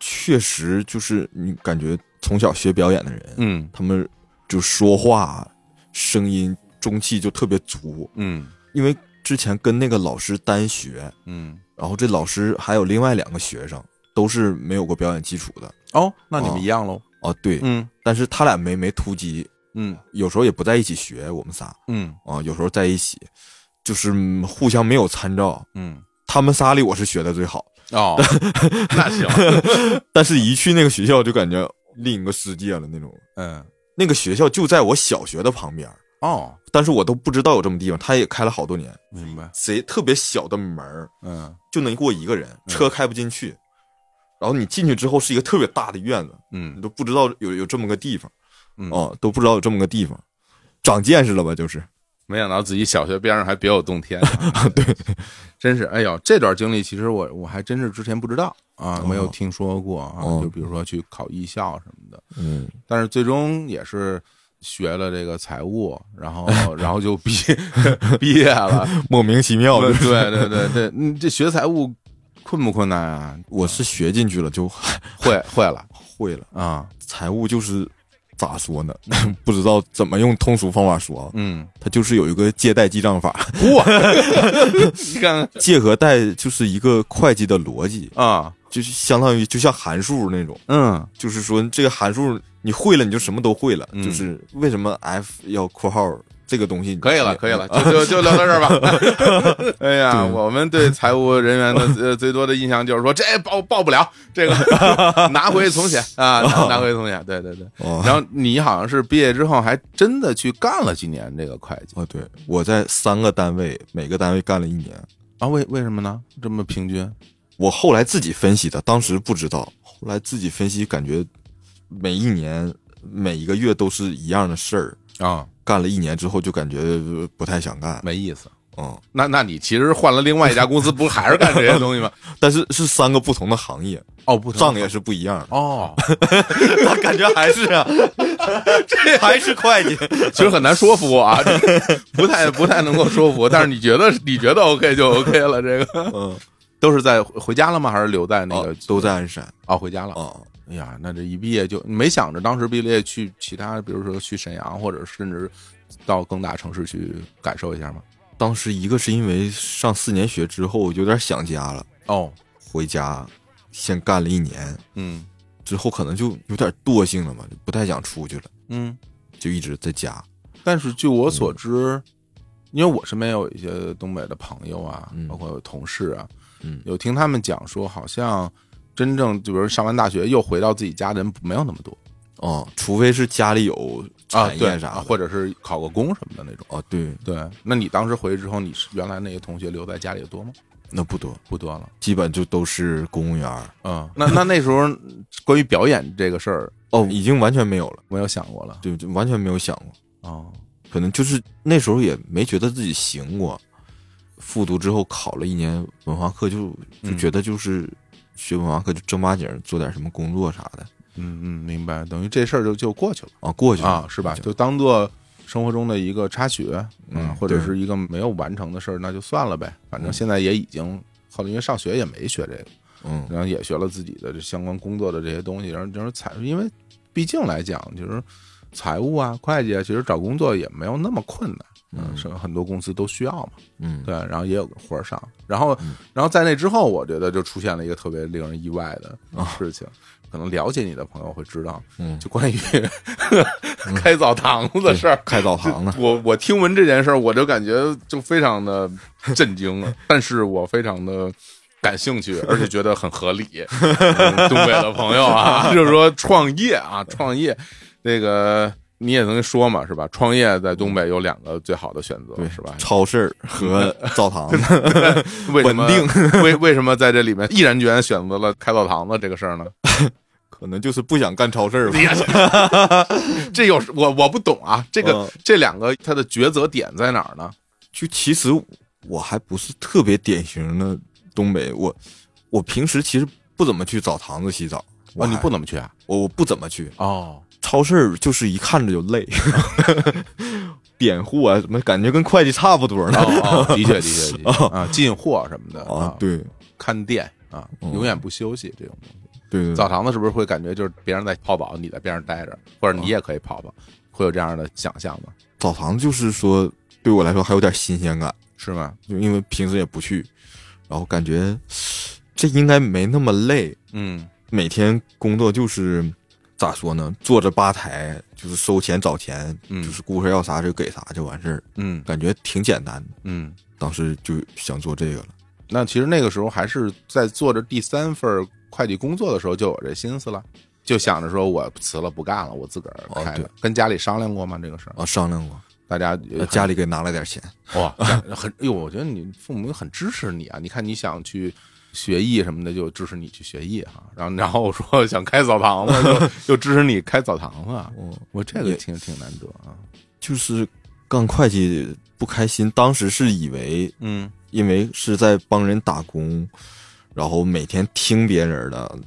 确实就是你感觉从小学表演的人，
嗯
他们就说话声音中气就特别足，
嗯
因为之前跟那个老师单学，
嗯，
然后这老师还有另外两个学生都是没有过表演基础的。
哦，那你们一样喽，
啊，对，
嗯
但是他俩没没突击，
嗯
有时候也不在一起学，我们仨
嗯
啊，有时候在一起，就是嗯互相没有参照。
嗯，
他们仨里我是学的最好，
哦，那行，
但是一去那个学校就感觉另一个世界了那种。
嗯，
那个学校就在我小学的旁边，
哦，
但是我都不知道有这么地方。他也开了好多年，
明白，
贼特别小的门儿
嗯
就能过一个人，车开不进去。然后你进去之后是一个特别大的院子，你
嗯
都不知道有有这么个地方
嗯，
哦，都不知道有这么个地方，长见识了吧？就是
没想到自己小学边上还别有洞天啊， 对，真是，哎呦，这段经历其实我我还真是之前不知道啊，没有听说过啊，
哦
就比如说去考艺校什么的，
嗯，
但是最终也是。学了这个财务，然 后然后就毕毕业了。
莫名其妙。就是
对对对对，你这学财务困不困难啊？
我是学进去了就
会会了
会了，
啊，
财务就是咋说呢？ 不知道怎么用通俗方法说啊，
嗯，
它就是有一个借贷记账法，
哇，你看看
借和贷就是一个会计的逻辑，
啊，
就是相当于就像函数那种，
嗯
就是说这个函数你会了你就什么都会了，
嗯
就是为什么 F 要括号这个东西？
可以了，可以了，就就就聊到这儿吧。 哎呀，
对
我们对财务人员的呃最多的印象就是说，这报报不了，这 个拿回重写啊，拿拿回重写。对对对。
哦。
然后你好像是毕业之后还真的去干了几年这个会计
哦，对，我在三个单位，每个单位干了一年。
啊？为为什么呢？这么平均？
我后来自己分析的，当时不知道，后来自己分析，感觉每一年、每一个月都是一样的事儿，
啊，
干了一年之后就感觉呃不太想干，
没意思。
嗯，
那那你其实换了另外一家公司，不还是干这些东西吗？
但是是三个不同的行业，
哦，不
账也是不一样的，
哦，
他感觉还是啊， 这还是会计，
其实很难说服我 啊，这个不太不太能够说服我。但是你觉得你觉得 OK 就 OK 了，这个
嗯，
都是在回家了吗？还是留在那个
哦都在鞍山
啊回家了？
啊，
哎呀，那这一毕业就没想着当时毕业去其他，比如说去沈阳，或者甚至到更大城市去感受一下吗？
当时一个是因为上四年学之后有点想家了，
哦，
回家先干了一年，
嗯
之后可能就有点惰性了嘛，就不太想出去了，
嗯。
就一直在家。
但是据我所知，因为我身边有一些东北的朋友啊，
嗯
包括有同事啊，
嗯
有听他们讲说，好像真正就比如上完大学又回到自己家的人没有那么多
哦，除非是家里有
啊，
产
对
业啥的，
啊或者是考个公什么的那种。
哦，对，
对，那你当时回去之后，你是原来那些同学留在家里的多吗？
那不多，
不多了。
基本就都是公务员儿。
嗯，那那那时候关于表演这个事儿，
哦，已经完全没有了，
没有想过了。
就就完全没有想过，
哦，
可能就是那时候也没觉得自己行过。复读之后考了一年文化课就，就
嗯
觉得就是学文化课就正八经儿做点什么工作啥的
嗯嗯，明白，等于这事儿就就过去了。
啊，过去了
啊，是吧？就当做生活中的一个插曲，啊
嗯
或者
对
是一个没有完成的事儿，那就算了呗。反正现在也已经后来，因为上学也没学这个，
嗯，
然后也学了自己的这相关工作的这些东西，然后就是财，因为毕竟来讲，就是财务啊、会计啊，其实找工作也没有那么困难。嗯，
嗯
是很多公司都需要嘛，
嗯，
对，然后也有个活儿上，然后，然后在那之后，我觉得就出现了一个特别令人意外的
哦
事情，可能了解你的朋友会知道，
嗯
就关于 开澡堂子的事儿。
开澡堂啊呢，
我我听闻这件事儿，我就感觉就非常的震惊了，但是我非常的感兴趣，而且觉得很 合理。嗯东北的朋友 啊，就是说创业啊，创业，这个你也能说嘛，是吧？创业在东北有两个最好的选择，
对，
是吧？
超市儿和澡 堂子，
为什么
稳
为为什么在这里面毅然决然选择了开澡堂子这个事儿呢？
可能就是不想干超市儿吧。
这有我我不懂啊，这个、
嗯
这两个它的抉择点在哪儿呢？
就其实我还不是特别典型的东北，我我平时其实不怎么去澡堂子洗澡我
啊，你
还
不怎么去啊？
我我不怎么去
哦，
超市儿，就是一看着就累， 点货啊什么，感觉跟会计差不多呢。
哦哦，的确的确的确啊，进货什么的
啊，，对
看店啊，
嗯
永远不休息这种东西。
对对，
澡堂子是不是会感觉就是别人在泡澡，你在边上待着，或者你也可以泡泡，会有这样的想象吗？
澡堂就是说对我来说还有点新鲜感，
是吗？
就因为平时也不去，然后感觉这应该没那么累，
嗯
每天工作就是咋说呢？坐着吧台就是收钱找钱，
嗯
就是顾客要啥就给啥就完事儿，
嗯
感觉挺简单的。
嗯，
当时就想做这个了。
那其实那个时候还是在做着第三份会计工作的时候就有这心思了，就想着说我辞了不干了，我自个儿
哦
开、
对
跟家里商量过吗？这个事儿，
啊，商量过，
大家
呃家里给拿了点钱，
哇，家很哎呦，我觉得你父母很支持你啊！你看你想去学艺什么的，就支持你去学艺哈、然后 然后说想开澡堂子，就 就支持你开澡堂子啊。
嗯，
我这个
也
挺挺难得啊。
就是干会计不开心，当时是以为
嗯
因为是在帮人打工，然后每天听别人的，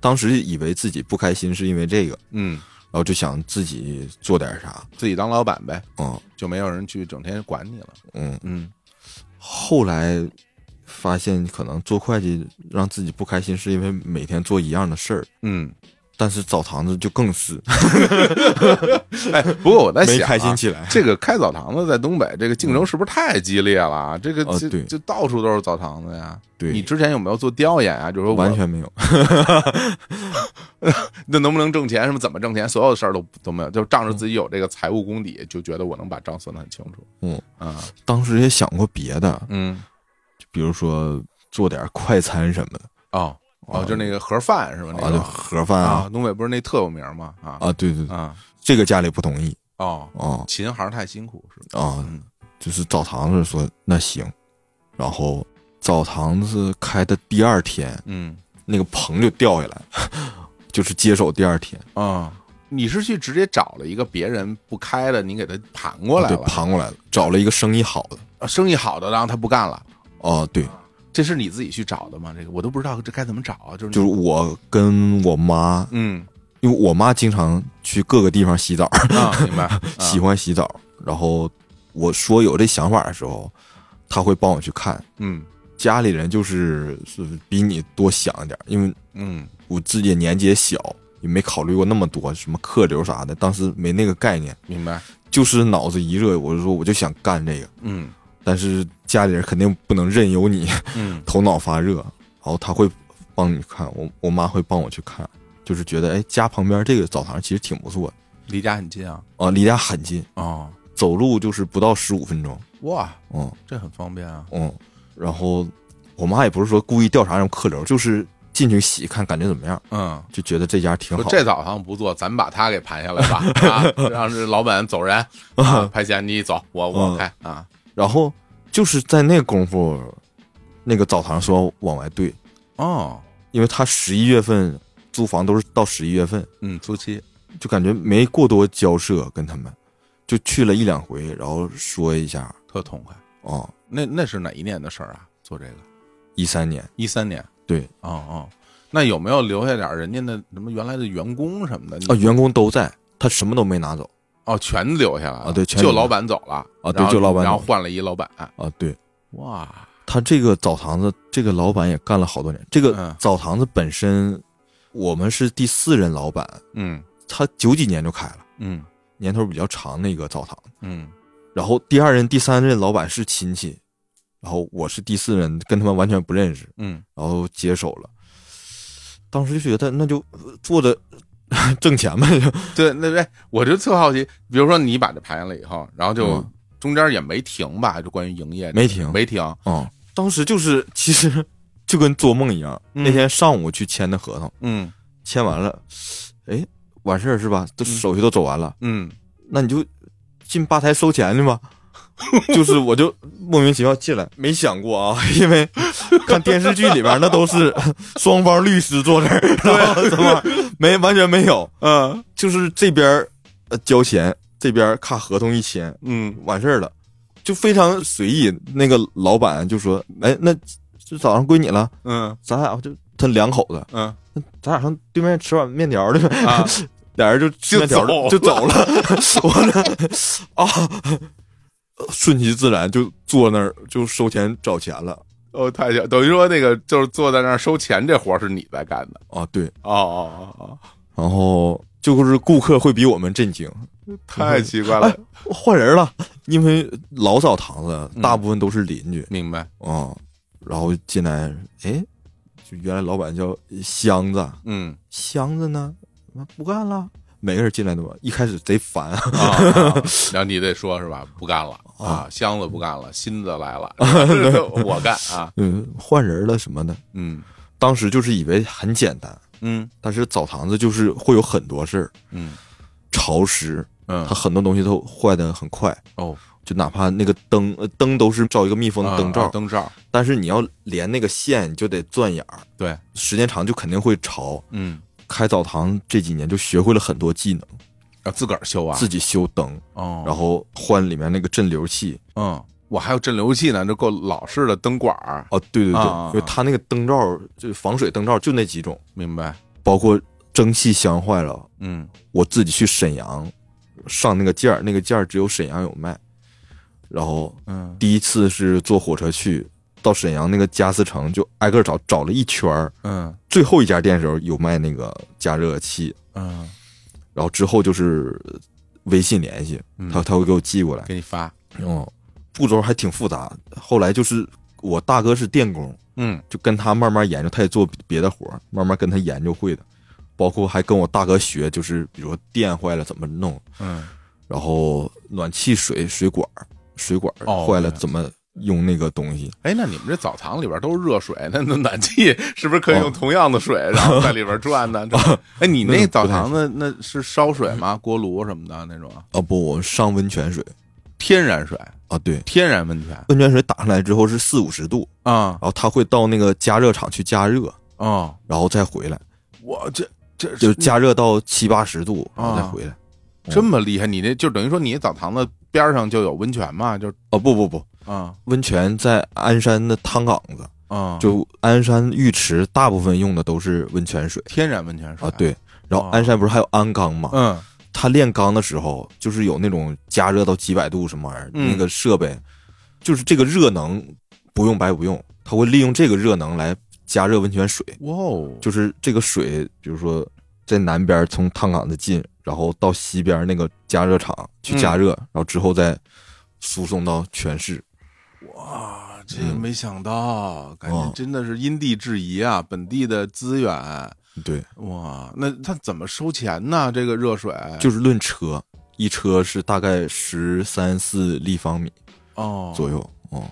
当时以为自己不开心是因为这个，
嗯，
然后就想自己做点啥，
自己当老板呗，
嗯
就没有人去整天管你了。
嗯。
嗯
后来发现，可能做会计让自己不开心，是因为每天做一样的事儿。
嗯，
但是澡堂子就更是
哎，不过我在
没
想、啊，
开心起来。嗯
这个开澡堂子在东北，这个竞争是不是太激烈了啊？这个
哦
这
对
这到处都是澡堂子呀。
对
你之前有没有做调研啊？就是说我
完全没有，
那能不能挣钱，什么怎么挣钱，所有的事儿都都没有，就
嗯
仗着自己有这个财务功底，就觉得我能把账算得很清楚。
嗯
啊，
当时也想过别的，
嗯，
就比如说做点快餐什么的
哦哦，
啊
就那个盒饭是吧？那
啊，
个
就盒饭
啊
啊，
东北不是那特有名吗？啊
啊，对对，对，
啊
这个家里不同意
哦，
啊
琴行太辛苦是吧？
啊，
嗯
就是澡堂子说那行，然后澡堂子开的第二天，
嗯
那个棚就掉下来了， 就是接手第二天
啊，你是去直接找了一个别人不开的，你给他盘过来
啊哦对
了，
盘过来了，找了一个生意好的
啊生意好的，然后他不干了。
哦，对，
这是你自己去找的吗？这个我都不知道这该怎么找啊，就是你
就是我跟我妈，
嗯
因为我妈经常去各个地方洗澡，
啊，明白，啊
喜欢洗澡，然后我说有这想法的时候，她会帮我去看。
嗯
家里人就是是比你多想一点，因为
嗯
我自己年纪也小，也没考虑过那么多什么客流啥的，当时没那个概念，
明白，
就是脑子一热，我就说我就想干这个，
嗯
但是家里人肯定不能任由你
嗯。
头脑发热，然后他会帮你看，我我妈会帮我去看，就是觉得哎家旁边这个澡堂其实挺不错的
离家很近啊。
啊，离家很近，
哦，
走路就是不到十五分钟，
哇，
嗯
这很方便啊。
嗯，然后我妈也不是说故意调查那种客流，就是进去洗看感觉怎么样。
嗯，
就觉得这家挺
说
好。
这澡堂不做，咱把他给盘下来 吧，啊，让这老板走人， 啊、拍钱你走，我我
嗯
开啊。
然后就是在那功夫，那个澡堂说往外兑，
哦，
因为他十一月份租房都是到十一月份，
嗯，租期，
就感觉没过多交涉跟他们，就去了一两回，然后说一下
特痛快。
哦，
那那是哪一年的事儿啊？做这个
一三年
一三年。
对，
哦哦，那有没有留下点儿人家的什么原来的员工什么的？你
啊，员工都在，他什么都没拿走
哦，全留下来了
啊对全
就
留下
老板走了
啊对
然后
就老板
然后
走了
换了一老板。
啊。对
哇，
他这个澡堂子，这个老板也干了好多年。这
嗯
个澡堂子本身，我们是第四任老板，
嗯
他九几年就开了，
嗯
年头比较长那个澡堂。
嗯，
然后第二任、第三任老板是亲戚，然后我是第四任，跟他们完全不认识，
嗯，
然后接手了。当时就觉得那就呃做着 挣钱呗，就
对，那边我就特好奇，比如说你把这盘下来以后，然后就
嗯
中间也没停吧，就关于营业这个
没停
没停，
嗯，当时就是其实就跟做梦一样。
嗯
那天上午去签的合同，
嗯
签完了，哎，完事儿是吧？都
嗯
手续都走完了，
嗯，
那你就进吧台收钱去吧。 就是我就莫名其妙进来，没想过啊， 因为看电视剧里边那都是 双方律师坐这儿，
啊
然后什么没完全没有，
嗯
就是这边儿呃交钱，这边儿看合同一签，
嗯
完事儿了，就非常随意。那个老板就说：“哎，那这早上归你了，
嗯
咱俩就他两口子，
嗯
咱俩上对面吃碗面条去呗。”
啊，
俩人就吃面条了就
就走
走了。 我呢，啊，顺其自然就坐那儿就收钱找钱了
哦，太巧，等于说那个就是坐在那儿收钱这活儿是你在干的，
啊。对，
哦哦哦
然后就是顾客会比我们震惊，
哦，太奇 怪了，
换人了，因为老澡堂子
嗯
大部分都是邻居
明白，
啊、然后进来，哎，就原来老板叫箱子，
嗯
箱子呢，妈不干了。每个人进来都一开始贼烦啊，
啊，啊然后你得说是吧？不干了啊，箱子不干了，新的来 了，我干啊，
嗯，换人了什么的。
嗯
当时就是以为很简单，
嗯
但是澡堂子就是会有很多事儿，
嗯
潮湿，
嗯
它，很多东西都坏的很快。
哦，
就哪怕那个灯，呃灯都是照一个密封的灯罩，
啊灯罩，
但是你要连那个线，你就得钻眼儿，
对，
时间长就肯定会潮。
嗯，
开澡堂这几年就学会了很多技能，
啊，自个儿修啊，
自己修灯，
哦，
然后换里面那个镇流器。
嗯，我还有镇流器呢，这够老式的灯管儿，
哦，对对对，
啊啊啊
因为它那个灯罩就防水灯罩就那几种，
明白？
包括蒸汽箱坏了，
嗯，
我自己去沈阳上那个件儿，那个件儿只有沈阳有卖。然后
嗯，
第一次是坐火车去到沈阳那个加斯城，就挨个找找了一圈儿，
嗯，
最后一家店的时候有卖那个加热器，
嗯，
然后之后就是微信联系，
嗯
他他会给我寄过来。
给你发，
嗯，步骤还挺复杂。后来就是我大哥是电工，
嗯，
就跟他慢慢研究，他也做别的活儿，慢慢跟他研究会的，包括还跟我大哥学，就是比如说电坏了怎么弄，
嗯，
然后暖气水水管儿水管儿
哦
坏了
对
怎么用那个东西。
哎，那你们这澡堂里边都是热水，那那暖气 是不是
哦
可以用同样的水，然后在里边转呢？这哎，你那澡堂子那是烧水吗？锅炉什么的那种啊？
啊不，我上温泉水
天然水，
啊，对，
天然温泉
温泉水打上来之后是四五十度，
啊，
然后他会到那个加热厂去加热，
哦，
然后再回来，
我这这
就是加热到七八十度，然后再
啊
回来。
这么厉害，你那就等于说你澡堂子边上就有温泉嘛？就
哦不不不，
啊
温泉在鞍山的汤岗子，
啊，
就鞍山浴池大部分用的都是温泉水
天然温泉水
啊，对。然后
哦
鞍山不是还有鞍钢吗？
嗯，
他炼钢的时候，就是有那种加热到几百度什么玩意儿，
嗯
那个设备，就是这个热能不用白不用，他会利用这个热能来加热温泉水。
哇哦，
就是这个水，比如说在南边从烫岗子进，然后到西边那个加热厂去加热，
嗯
然后之后再输送到全市。
哇，这
嗯
个没想到，感觉
哦
真的是因地制宜啊，本地的资源。
对，
哇，那他怎么收钱呢？这个热水
就是论车，一车是大概十三四立方米
哦，
左右。哦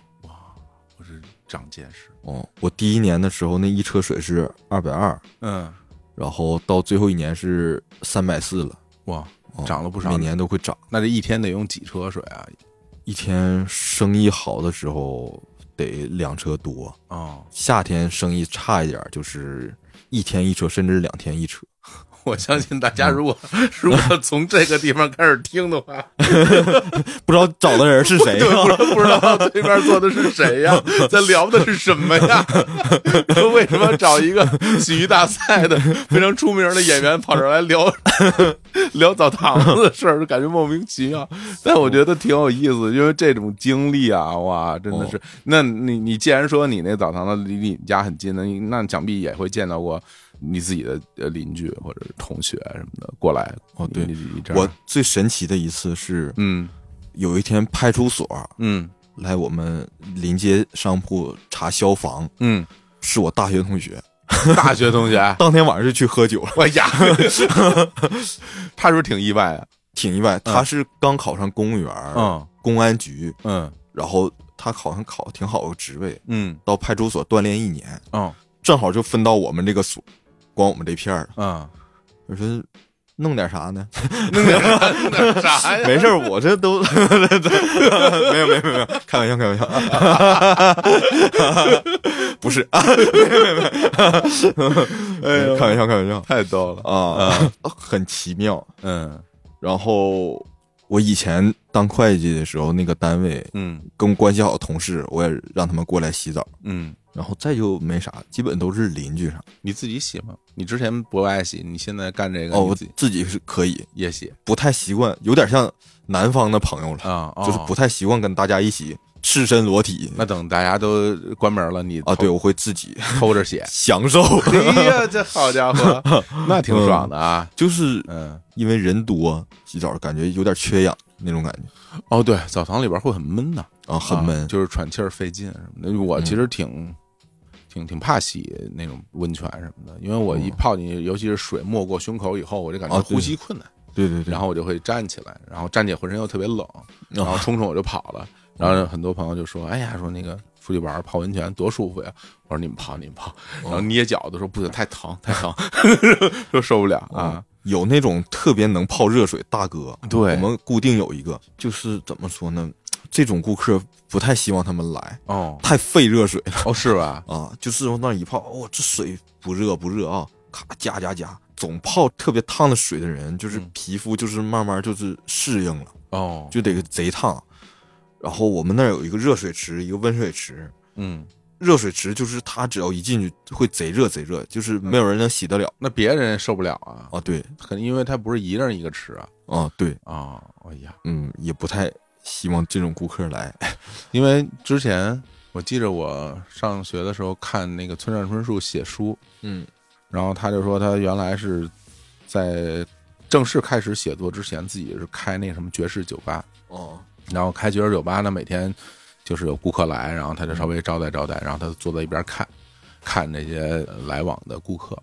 我是长见识，
哦，我第一年的时候那一车水是二百二，
嗯，
然后到最后一年是三百四了，
哇，
哦
涨了不少
每。年都会涨。
那这一天得用几车水啊？
一天生意好的时候得两车多，
哦，
夏天生意差一点，就是一天一车，甚至两天一车。
我相信大
嗯
家如果 如果从这个地方开始听的话，
不知道找的人是谁啊
对， 不知不知道对面坐的是谁呀？咱聊的是什么呀？ 说为什么找一个喜剧大赛的非常出名的演员跑这儿来聊 聊澡堂子的事儿，就感觉莫名其妙。但我觉得挺有意思，因为这种经历啊，哇，真的是。
哦
那你你既然说你那澡堂子离你家很近的，你那想必也会见到过。你自己的呃邻居或者是同学什么的过来
哦对
你你这 儿
我最神奇的一次是，
嗯
有一天派出所
嗯
来我们临街商铺查消防，
嗯，
是我大学同学，
大学啊同学，
当天晚上就去喝酒了，
我哎呀， 他是不是挺意外啊？
挺意外。他是刚考上公务员，
嗯
公安局，
嗯
然后他好像考挺好个职位，
嗯
到派出所锻炼一年，
嗯
正好就分到我们这个所，光我们这片儿了。
嗯，
我说弄点啥呢？
弄点弄点啥呀？
没事儿，我这都 没有没有没有没有，开玩笑开玩笑，不是，
哎呦嗯
开玩笑开玩笑
太逗了。
啊，很奇妙。
嗯
然后我以前当会计的时候，那个单位
嗯
跟我关系好的同事，我也让他们过来洗澡，
嗯，
然后再就没啥，基本都是邻居啥。
你自己洗吗？你之前不爱洗，你现在干这个，
哦，我
你自己
自己是可以，
也洗
不太习惯，有点像南方的朋友了，
啊？哦
就是不太习惯跟大家一起赤身裸体。
那等大家都关门了，你
啊，
偷
对，我会自己。
偷着洗
享受，
哦 哎呀，这好家伙， 那挺爽的啊。
就是
嗯，
因为人多，洗澡感觉有点缺氧那种感觉
哦对，澡堂里边会很闷呐。
啊，很闷。
啊就是喘气儿费劲什么的。我其实挺、挺挺怕洗那种温泉什么的，因为我一泡进去，尤其是水没过胸口以后，我就感觉
啊对
呼吸困难，
对对对，
然后我就会站起来，然后站起来浑身又特别冷，然后
啊
冲冲我就跑了。然后很多朋友就说：“哎呀，说那个出去玩儿泡温泉多舒服呀！”我说：“你们泡，你们泡。”然后捏脚的时候不行，太疼，太 疼，说受不了啊！
有那种特别能泡热水大哥，
对
我们固定有一个，就是怎么说呢，这种顾客不太希望他们来，
哦
太费热水了
哦，是吧？
啊，就是往那一泡，哦，这水不热不热啊，咔加加加，总泡特别烫的水的人，就是
嗯
皮肤就是慢慢就是适应了。
哦，
就得贼烫。然后我们那儿有一个热水池，一个温水池。
嗯，
热水池就是它只要一进去会贼热贼热，就是没有人能洗得了
那别人受不了啊，
啊。对
可能因为他不是一人一个吃啊。
啊对，
哦，哎呀，
嗯，也不太希望这种顾客来。
因为之前我记着我上学的时候看那个村上春树写书，
嗯
然后他就说他原来是在正式开始写作之前，自己是开那什么爵士酒吧，
哦
然后开爵士酒吧呢，每天就是有顾客来，然后他就稍微招待招待，然后他就坐在一边看，看这些呃来往的顾客，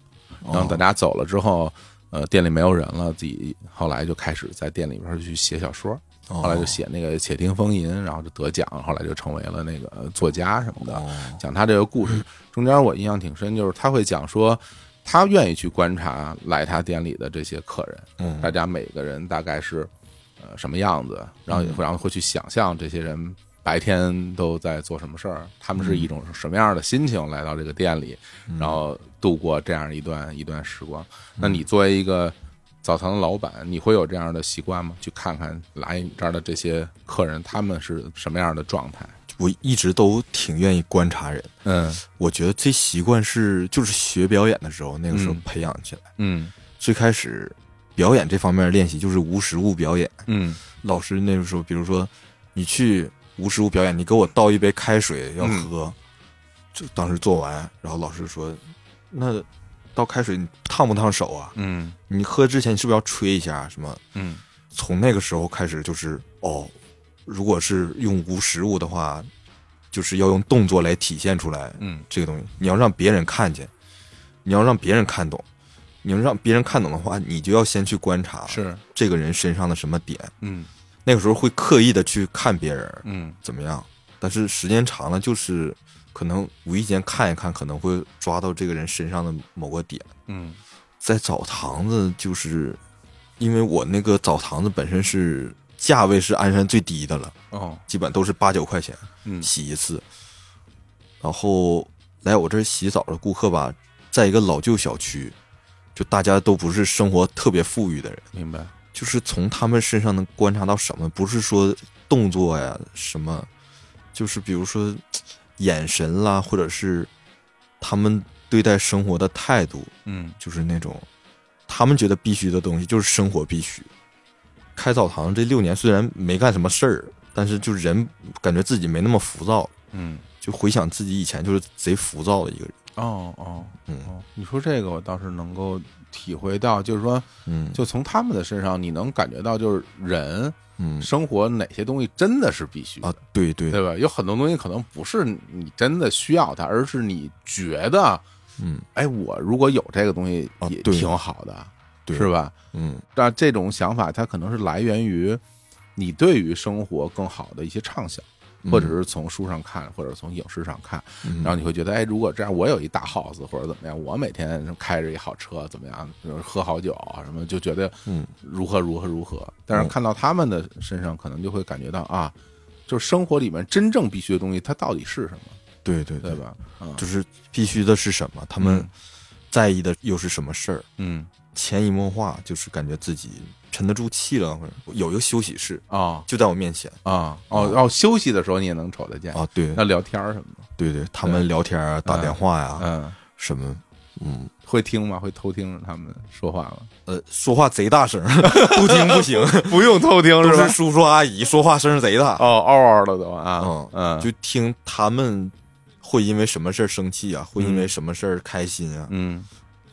哦
然后等大家走了之后。呃，店里没有人了，自己后来就开始在店里边去写小说，
后
后来就写那个《且听风吟》，然后就得奖，后来就成为了那个作家什么的。
哦
讲他这个故事。中间我印象挺深，就是他会讲说，他愿意去观察来他店里的这些客人，
嗯
大家每个人大概是呃什么样子，然后也会然后会去想象这些人白天都在做什么事儿，他们是一种什么样的心情来到这个店里，然后度过这样一段一段时光。那你作为一个澡堂的老板，你会有这样的习惯吗？去看看来你这儿的这些客人，他们是什么样的状态？
我一直都挺愿意观察人，
嗯
我觉得这习惯是就是学表演的时候那个时候
嗯
培养起来。
嗯
最开始表演这方面的练习就是无实物表演。
嗯
老师那个时候，比如说你去无实物表演，你给我倒一杯开水要喝，就当时做完，然后老师说，那倒开水你烫不烫手啊？
嗯。
你喝之前你是不是要吹一下？什么？
嗯
从那个时候开始就是哦，如果是用无实物的话，就是要用动作来体现出来
嗯
这个东西，你要让别人看见，你要让别人看懂。你要让别人看懂的话，你就要先去观察，
嗯是，
这个人身上的什么点，
嗯
那个时候会刻意的去看别人
嗯
怎么样，但是时间长了，就是可能无意间看一看，可能会抓到这个人身上的某个点。
嗯
在澡堂子，就是因为我那个澡堂子本身是价位是鞍山最低的了，
哦
基本都是八九块钱
嗯
洗一次。然后来我这儿洗澡的顾客吧，在一个老旧小区，就大家都不是生活特别富裕的人。
明白
就是从他们身上能观察到什么，不是说动作呀什么，就是比如说眼神啦，或者是他们对待生活的态度，
嗯
就是那种他们觉得必须的东西，就是生活必须。开澡堂这六年虽然没干什么事儿，但是就人感觉自己没那么浮躁，
嗯
就回想自己以前就是贼浮躁的一个人。
哦哦
嗯
哦，你说这个我倒是能够体会到，就是说，
嗯，
就从他们的身上，你能感觉到就是人
嗯
生活哪些东西真的是必须
啊
的，，
对对，
对吧？有很多东西可能不是你真的需要它，而是你觉得，
嗯
哎，我如果有这个东西
啊
也
对
挺好的，
对
是吧？
嗯
那这种想法，它可能是来源于你对于生活更好的一些畅想，
嗯
或者是从书上看，或者从影视上看，
嗯，
然后你会觉得，哎，如果这样，我有一大 house 或者怎么样，我每天开着一好车，怎么样，就是喝好酒啊什么，就觉得
嗯
如何如何如何。但是
嗯
看到他们的身上，可能就会感觉到啊，就是生活里面真正必须的东西，它到底是什么，
对对
对？吧？嗯
就是必须的是什么，他们
嗯
在意的又是什么事儿，
嗯
潜移默化就是感觉自己沉得住气了，或者有一个休息室
啊
就在我面前
啊哦哦，休息的时候你也能瞅得见，
啊，对
那聊天儿什么的，
对对，他们聊天啊、打电话呀、
嗯。
什么，嗯。
会听吗？会偷听他们说话吗？
呃，说话贼大声， 不听不行，
不用偷听
都是？叔叔阿姨说话声贼大，
哦，嗷嗷的都啊
嗯，
嗯，
就听他们会因为什么事儿生气啊，会因为
嗯
什么事儿开心啊，
嗯，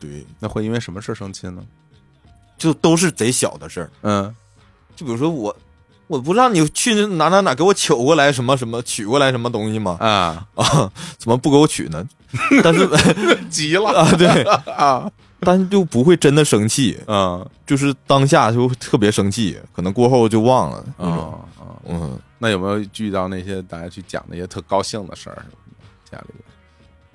对，
那会因为什么事儿生气呢？
就都是贼小的事儿，
嗯，
就比如说我，我不让你去哪哪哪给我取过来什么什么取过来什么东西吗？
啊，
啊，怎么不给我取呢？ 但是
急了
啊，对，
啊，
但是就不会真的生气，
嗯
就是当下就特别生气，可能过后就忘了那种。
嗯嗯，
嗯，
那有没有遇到那些大家去讲那些特高兴的事儿什么的？家里边，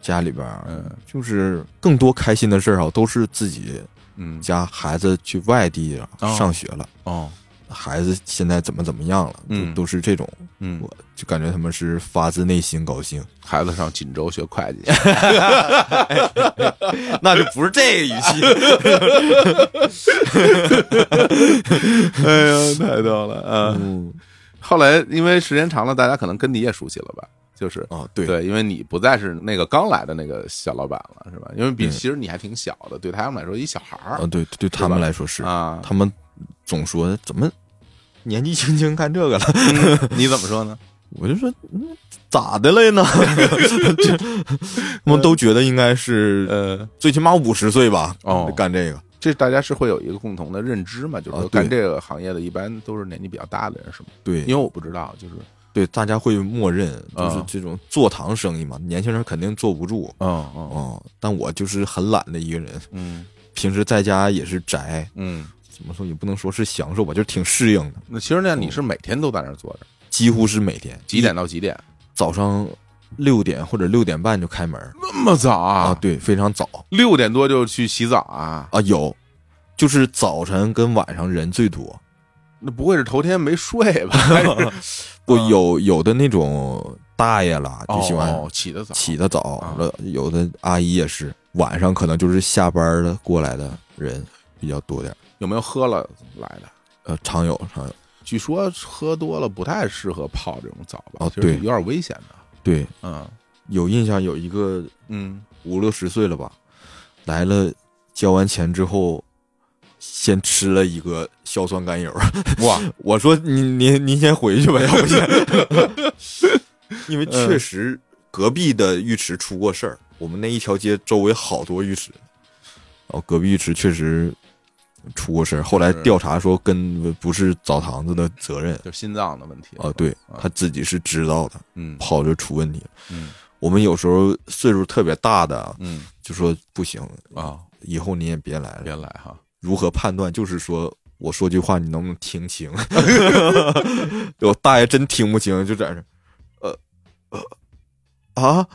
家里边儿
嗯
就是更多开心的事儿啊，都是自己
嗯，
家孩子去外地啊
哦
上学了，
哦，
孩子现在怎么怎么样了，都
嗯
都是这种，
嗯，
我就感觉他们是发自内心高兴，
孩子上锦州学会计去，
那就不是这个语气。
哎呀，太逗了啊！
嗯，
后来因为时间长了，大家可能跟你也熟悉了吧？就是
啊，对，
对，因为你不再是那个刚来的那个小老板了，是吧？因为比
嗯
其实你还挺小的，对他们来说一小孩
啊，
儿
对，对他们来说是，
啊。
他们总说怎么年纪轻轻干这个了，
你怎么说呢？
我就说嗯咋的了呢？ 这 他们都觉得应该是
呃，
最起码五十岁吧，
哦
干这个。
这大家是会有一个共同的认知嘛，就是说
啊对
干这个行业的一般都是年纪比较大的人，是吗？
对，
因为我不知道，就是
对，大家会默认就是
啊
这种做堂生意嘛，年轻人肯定做不住。
嗯嗯
哦，但我就是很懒的一个人，
嗯
平时在家也是宅，
嗯，
怎么说也不能说是享受吧，就是挺适应的，
那其实呢，你是每天都在那儿坐着，
几乎是每天
几点到几点？
早上六点或者六点半就开门
那么早
啊，
啊？
对，非常早
六点多就去洗澡啊？
啊，有，就是早晨跟晚上人最多，
那不会是头天没睡 吧？还是
不
啊
有有的那种大爷啦就喜欢
哦哦起得早，
起得早
啊，
了有的阿姨也是晚上可能就是下班的过来的人比较多点儿，
有没有喝了来的？
呃，常有常有，
据说喝多了不太适合泡这种澡吧？
哦
其实
对
有点危险的。
对，
嗯
有印象有一个
嗯，
五六十岁了吧，来了交完钱之后，先吃了一个硝酸甘油。
哇，
我说您您您先回去 吧，要不然，因
嗯
为确实隔壁的浴池出过事儿，我们那一条街周围好多浴池，然后隔壁浴池确实出过事儿，后来
是
调查说跟呃不是澡堂子的责任
就是心脏的问题
啊，对
啊
他自己是知道的，
嗯
跑就出问题了。
嗯
我们有时候岁数特别大的
嗯
就说不行，
啊，
以后你也别来了。
原来哈，
如何判断？就是说我说句话，你能不能听清？我大爷真听不清，就在那儿，呃呃啊，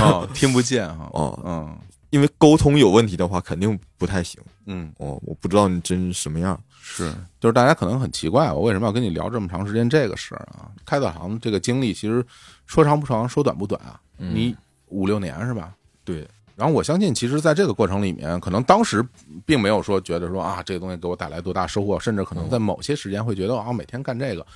哦，听不见哈，
哦
嗯
因为沟通有问题的话，肯定不太行
嗯
哦。我不知道你真什么样，
是，就是大家可能很奇怪，我为什么要跟你聊这么长时间这个事儿啊？开导行这个经历其实说长不长，说短不短啊，
嗯
你五六年是吧？
对
然后我相信，其实在这个过程里面，可能当时并没有说觉得说啊，这个东西给我带来多大收获，甚至可能在某些时间会觉得啊，每天干这个，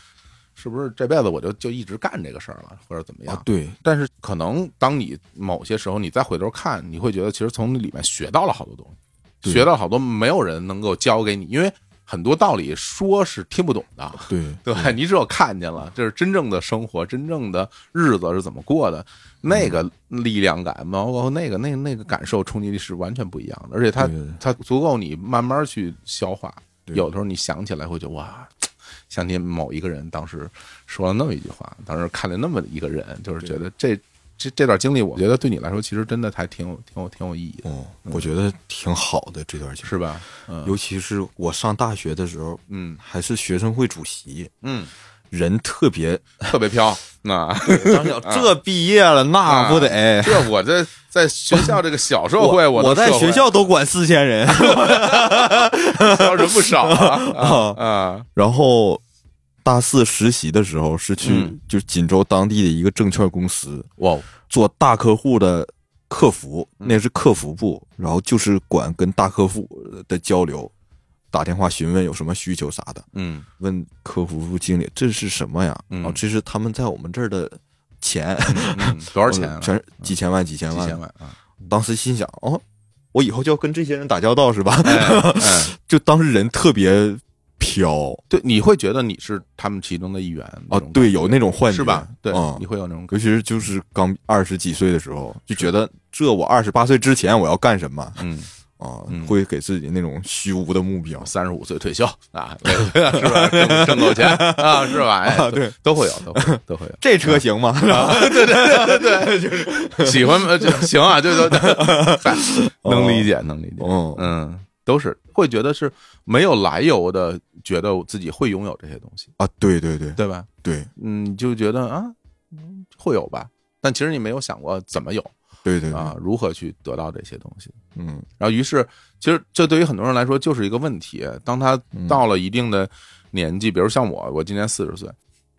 是不是这辈子我就就一直干这个事儿了，或者怎么样
啊？对
但是可能当你某些时候你再回头看，你会觉得其实从里面学到了好多东西，
对
学到好多没有人能够教给你，因为很多道理说是听不懂的，
对
对吧你只有看见了，这是真正的生活，真正的日子是怎么过的，那个
嗯
力量感，包括那个那那个感受冲击力是完全不一样的，而且它
对对对
它足够你慢慢去消化。
对
有的时候你想起来会觉得哇，想起某一个人当时说了那么一句话，当时看了那么一个人，就是觉得这这这段经历，我觉得对你来说其实真的还挺有挺有挺有意义的，
哦，我觉得挺好的这段情，
是吧？嗯
尤其是我上大学的时候，
嗯
还是学生会主席，
嗯，
人特 别，
特别飘，那
当时想这毕业了那不得。
这我这在学校这个小社会，
我
我
在
的社会
学校都管四千人，
招人不少 啊
啊
啊啊！
然后大四实习的时候是去、
嗯
就锦州当地的一个证券公司
哇，哦
做大客户的客服，
嗯
那是客服部，然后就是管跟大客户的交流，打电话询问有什么需求啥的，
嗯
问客服部经理这是什么呀？
嗯
然后这是他们在我们这儿的钱，
嗯，多少钱 啊？
全是几千万，几千
几
万。
千万啊！
当时心想，哦，我以后就要跟这些人打交道是吧？
哎哎，
就当时人特别飘
对，你会觉得你是他们其中的一员
啊，对，有那种幻觉
哦是吧？哦对
嗯，
你会有那种
尤
感
其是就是刚二十几岁的时候，就觉得这我二十八岁之前我要干什么？
觉。嗯，
啊
嗯，
会给自己那种虚无的目标。
三十五岁退休啊， 是吧？挣挣够钱啊，是 吧？哎
啊对，
都都会有，都会有都会有。
这车行吗？
喜欢 呃就行啊，就就嗨能理解，能理解，
嗯
嗯，都是会觉得是没有来由的，觉得自己会拥有这些东西，
啊，对对对
对吧？
对
嗯，你就觉得啊，嗯会有吧，但其实你没有想过怎么有
对对，
啊
对，
如何去得到这些东西。
嗯
然后，于是其实这对于很多人来说就是一个问题。当他
嗯
到了一定的年纪，比如像我，我今年四十岁。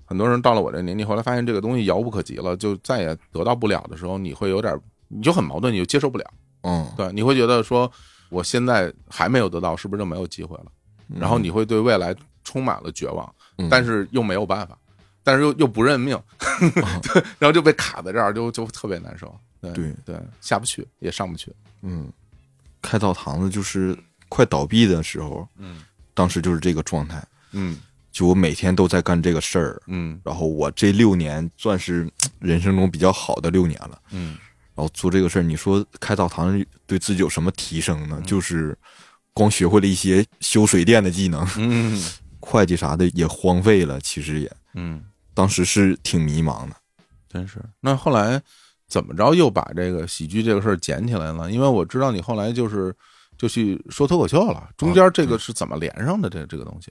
很多人到了我这年纪，后来发现这个东西遥不可及了，就再也得到不了的时候，你会有点，你就很矛盾，你就接受不了。
嗯，
对，你会觉得说，我现在还没有得到，是不是就没有机会了？然后你会对未来充满了绝望，
嗯
但是又没有办法，但是又又不认命， 对，然后就被卡在这儿，就就特别难受。对
对
对，下不去也上不去。
嗯，开澡堂子就是快倒闭的时候，
嗯，
当时就是这个状态，
嗯
就我每天都在干这个事儿，
嗯
然后我这六年算是人生中比较好的六年了。
嗯
然后做这个事儿，你说开澡堂对自己有什么提升
嗯
呢？就是光学会了一些修水电的技能，
嗯
会计啥的也荒废了。其实也
嗯，
当时是挺迷茫的。
真是。那后来怎么着又把这个喜剧这个事儿捡起来了？因为我知道你后来就是就去说脱口秀了，中间这个是怎么连上的？这这个东西？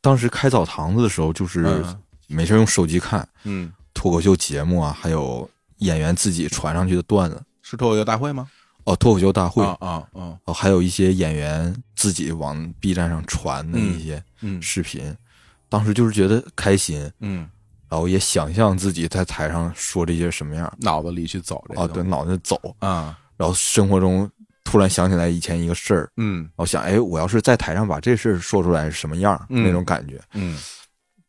当时开澡堂子的时候，就是
嗯
没事儿用手机看
嗯，
脱口秀节目啊，还有演员自己传上去的段子
是脱口秀大会吗？
哦，脱口秀大会，
啊啊啊！
哦，还有一些演员自己往 B 站上传的一些
嗯
视频。当时就是觉得开心，
嗯，
然后也想象自己在台上说这些什么样儿
脑子里去走这个
啊，对，脑袋走，
啊，
然后生活中突然想起来以前一个事儿，
嗯
然后想，哎，我要是在台上把这事儿说出来是什么样儿、
嗯
那种感觉，
嗯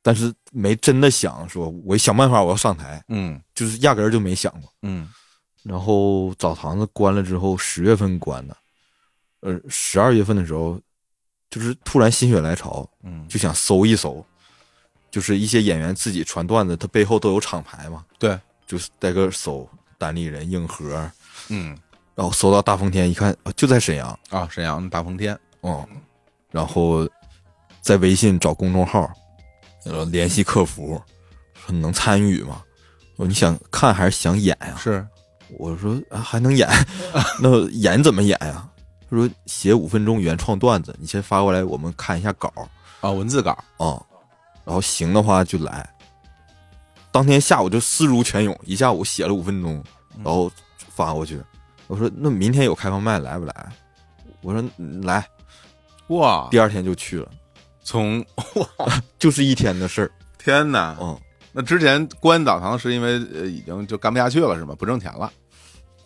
但是没真的想说，我想办法我要上台，
嗯
就是压根儿就没想过。
嗯
然后澡堂子关了之后，十月份关的，呃，十二月份的时候，就是突然心血来潮，
嗯，
就想搜一搜，就是一些演员自己传段子，他背后都有厂牌嘛，
对，
就是在个搜单立人、硬核，
嗯
然后搜到大风天，一看啊就在沈阳，
啊，沈阳大风天，
嗯，然后在微信找公众号，然后联系客服，说能参与吗？我说你想看还是想演呀、
是
我说啊，还能演？ 那演怎么演呀、他说写五分钟原创段子，你先发过来，我们看一下稿啊、
啊，文字稿，
嗯然后行的话就来。当天下午就思如泉涌，一下午写了五分钟，
嗯
然后发过去。我说那明天有开放麦来不来？我说嗯来，
哇，
第二天就去了。
从
就是一天的事儿。
天哪，
嗯，
哦那之前关澡堂是因为呃已经就干不下去了是吗？不挣钱了，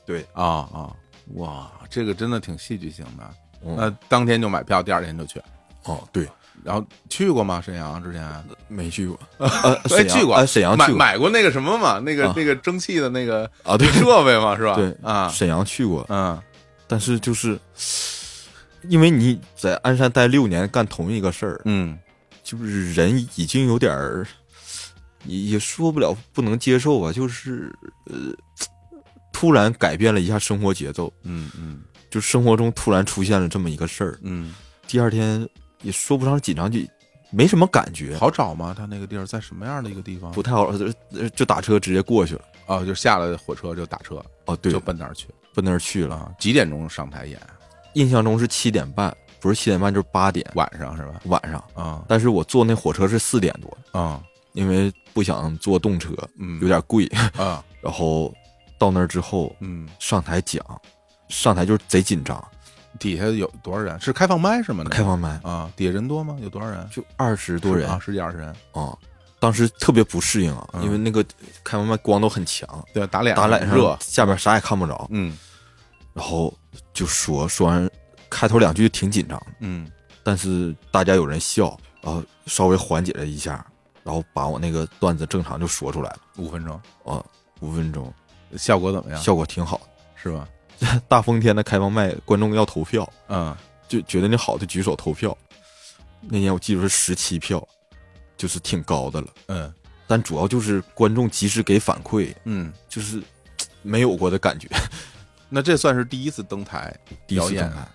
对
啊啊，哇，这个真的挺戏剧性的。
嗯
那当天就买票，第二天就去，
哦，对，
然后去过吗？沈阳之前
没去 过，呃，沈阳
哎去过
呃，沈阳
买
去过
买过那个什么嘛，那个
啊
那个蒸汽的那个
啊，对
设备嘛，是吧？
对
啊，
沈阳去过，
嗯，
但是就是因为你在鞍山待六年，干同一个事儿，
嗯
就是人已经有点儿，也也说不了不能接受吧，就是呃，突然改变了一下生活节奏，
嗯嗯
就生活中突然出现了这么一个事儿，
嗯，
第二天也说不上紧张，就没什么感觉。
好找吗？他那个地儿在什么样的一个地方？
不太好，就就打车直接过去了。
哦，就下了火车就打车，
哦，对，
就奔那儿去
奔那儿去了。
啊。几点钟上台演？
印象中是七点半，不是七点半就是八点
晚上是吧？
晚上。
啊
但是我坐那火车是四点多，
啊
因为不想坐动车，
嗯
有点贵。
啊
然后到那儿之后
嗯，
上台讲，上台就是贼紧张，
底下有多少人？是开放麦是吗？那个
开放麦
啊，底下人多吗？有多少人？
就二十多人
啊，
啊、
十几二十人，
当时特别不适应啊，
嗯
因为那个开放麦光都很强，
对，打脸
打脸上
热，
下边啥也看不着。
嗯
然后就说说完开头两句挺紧张的。
嗯
但是大家有人笑，然后稍微缓解了一下，然后把我那个段子正常就说出来了
五分钟，
啊，五分钟，
效果怎么样？
效果挺好的。
是吧？
大风天的开放麦，观众要投票，
嗯，
就觉得你好的举手投票。那年我记住是十七票，就是挺高的了。
嗯
但主要就是观众及时给反馈，
嗯，
就是嘖没有过的感觉。
那这算是第一次登台
第一
表
次
演啊
看，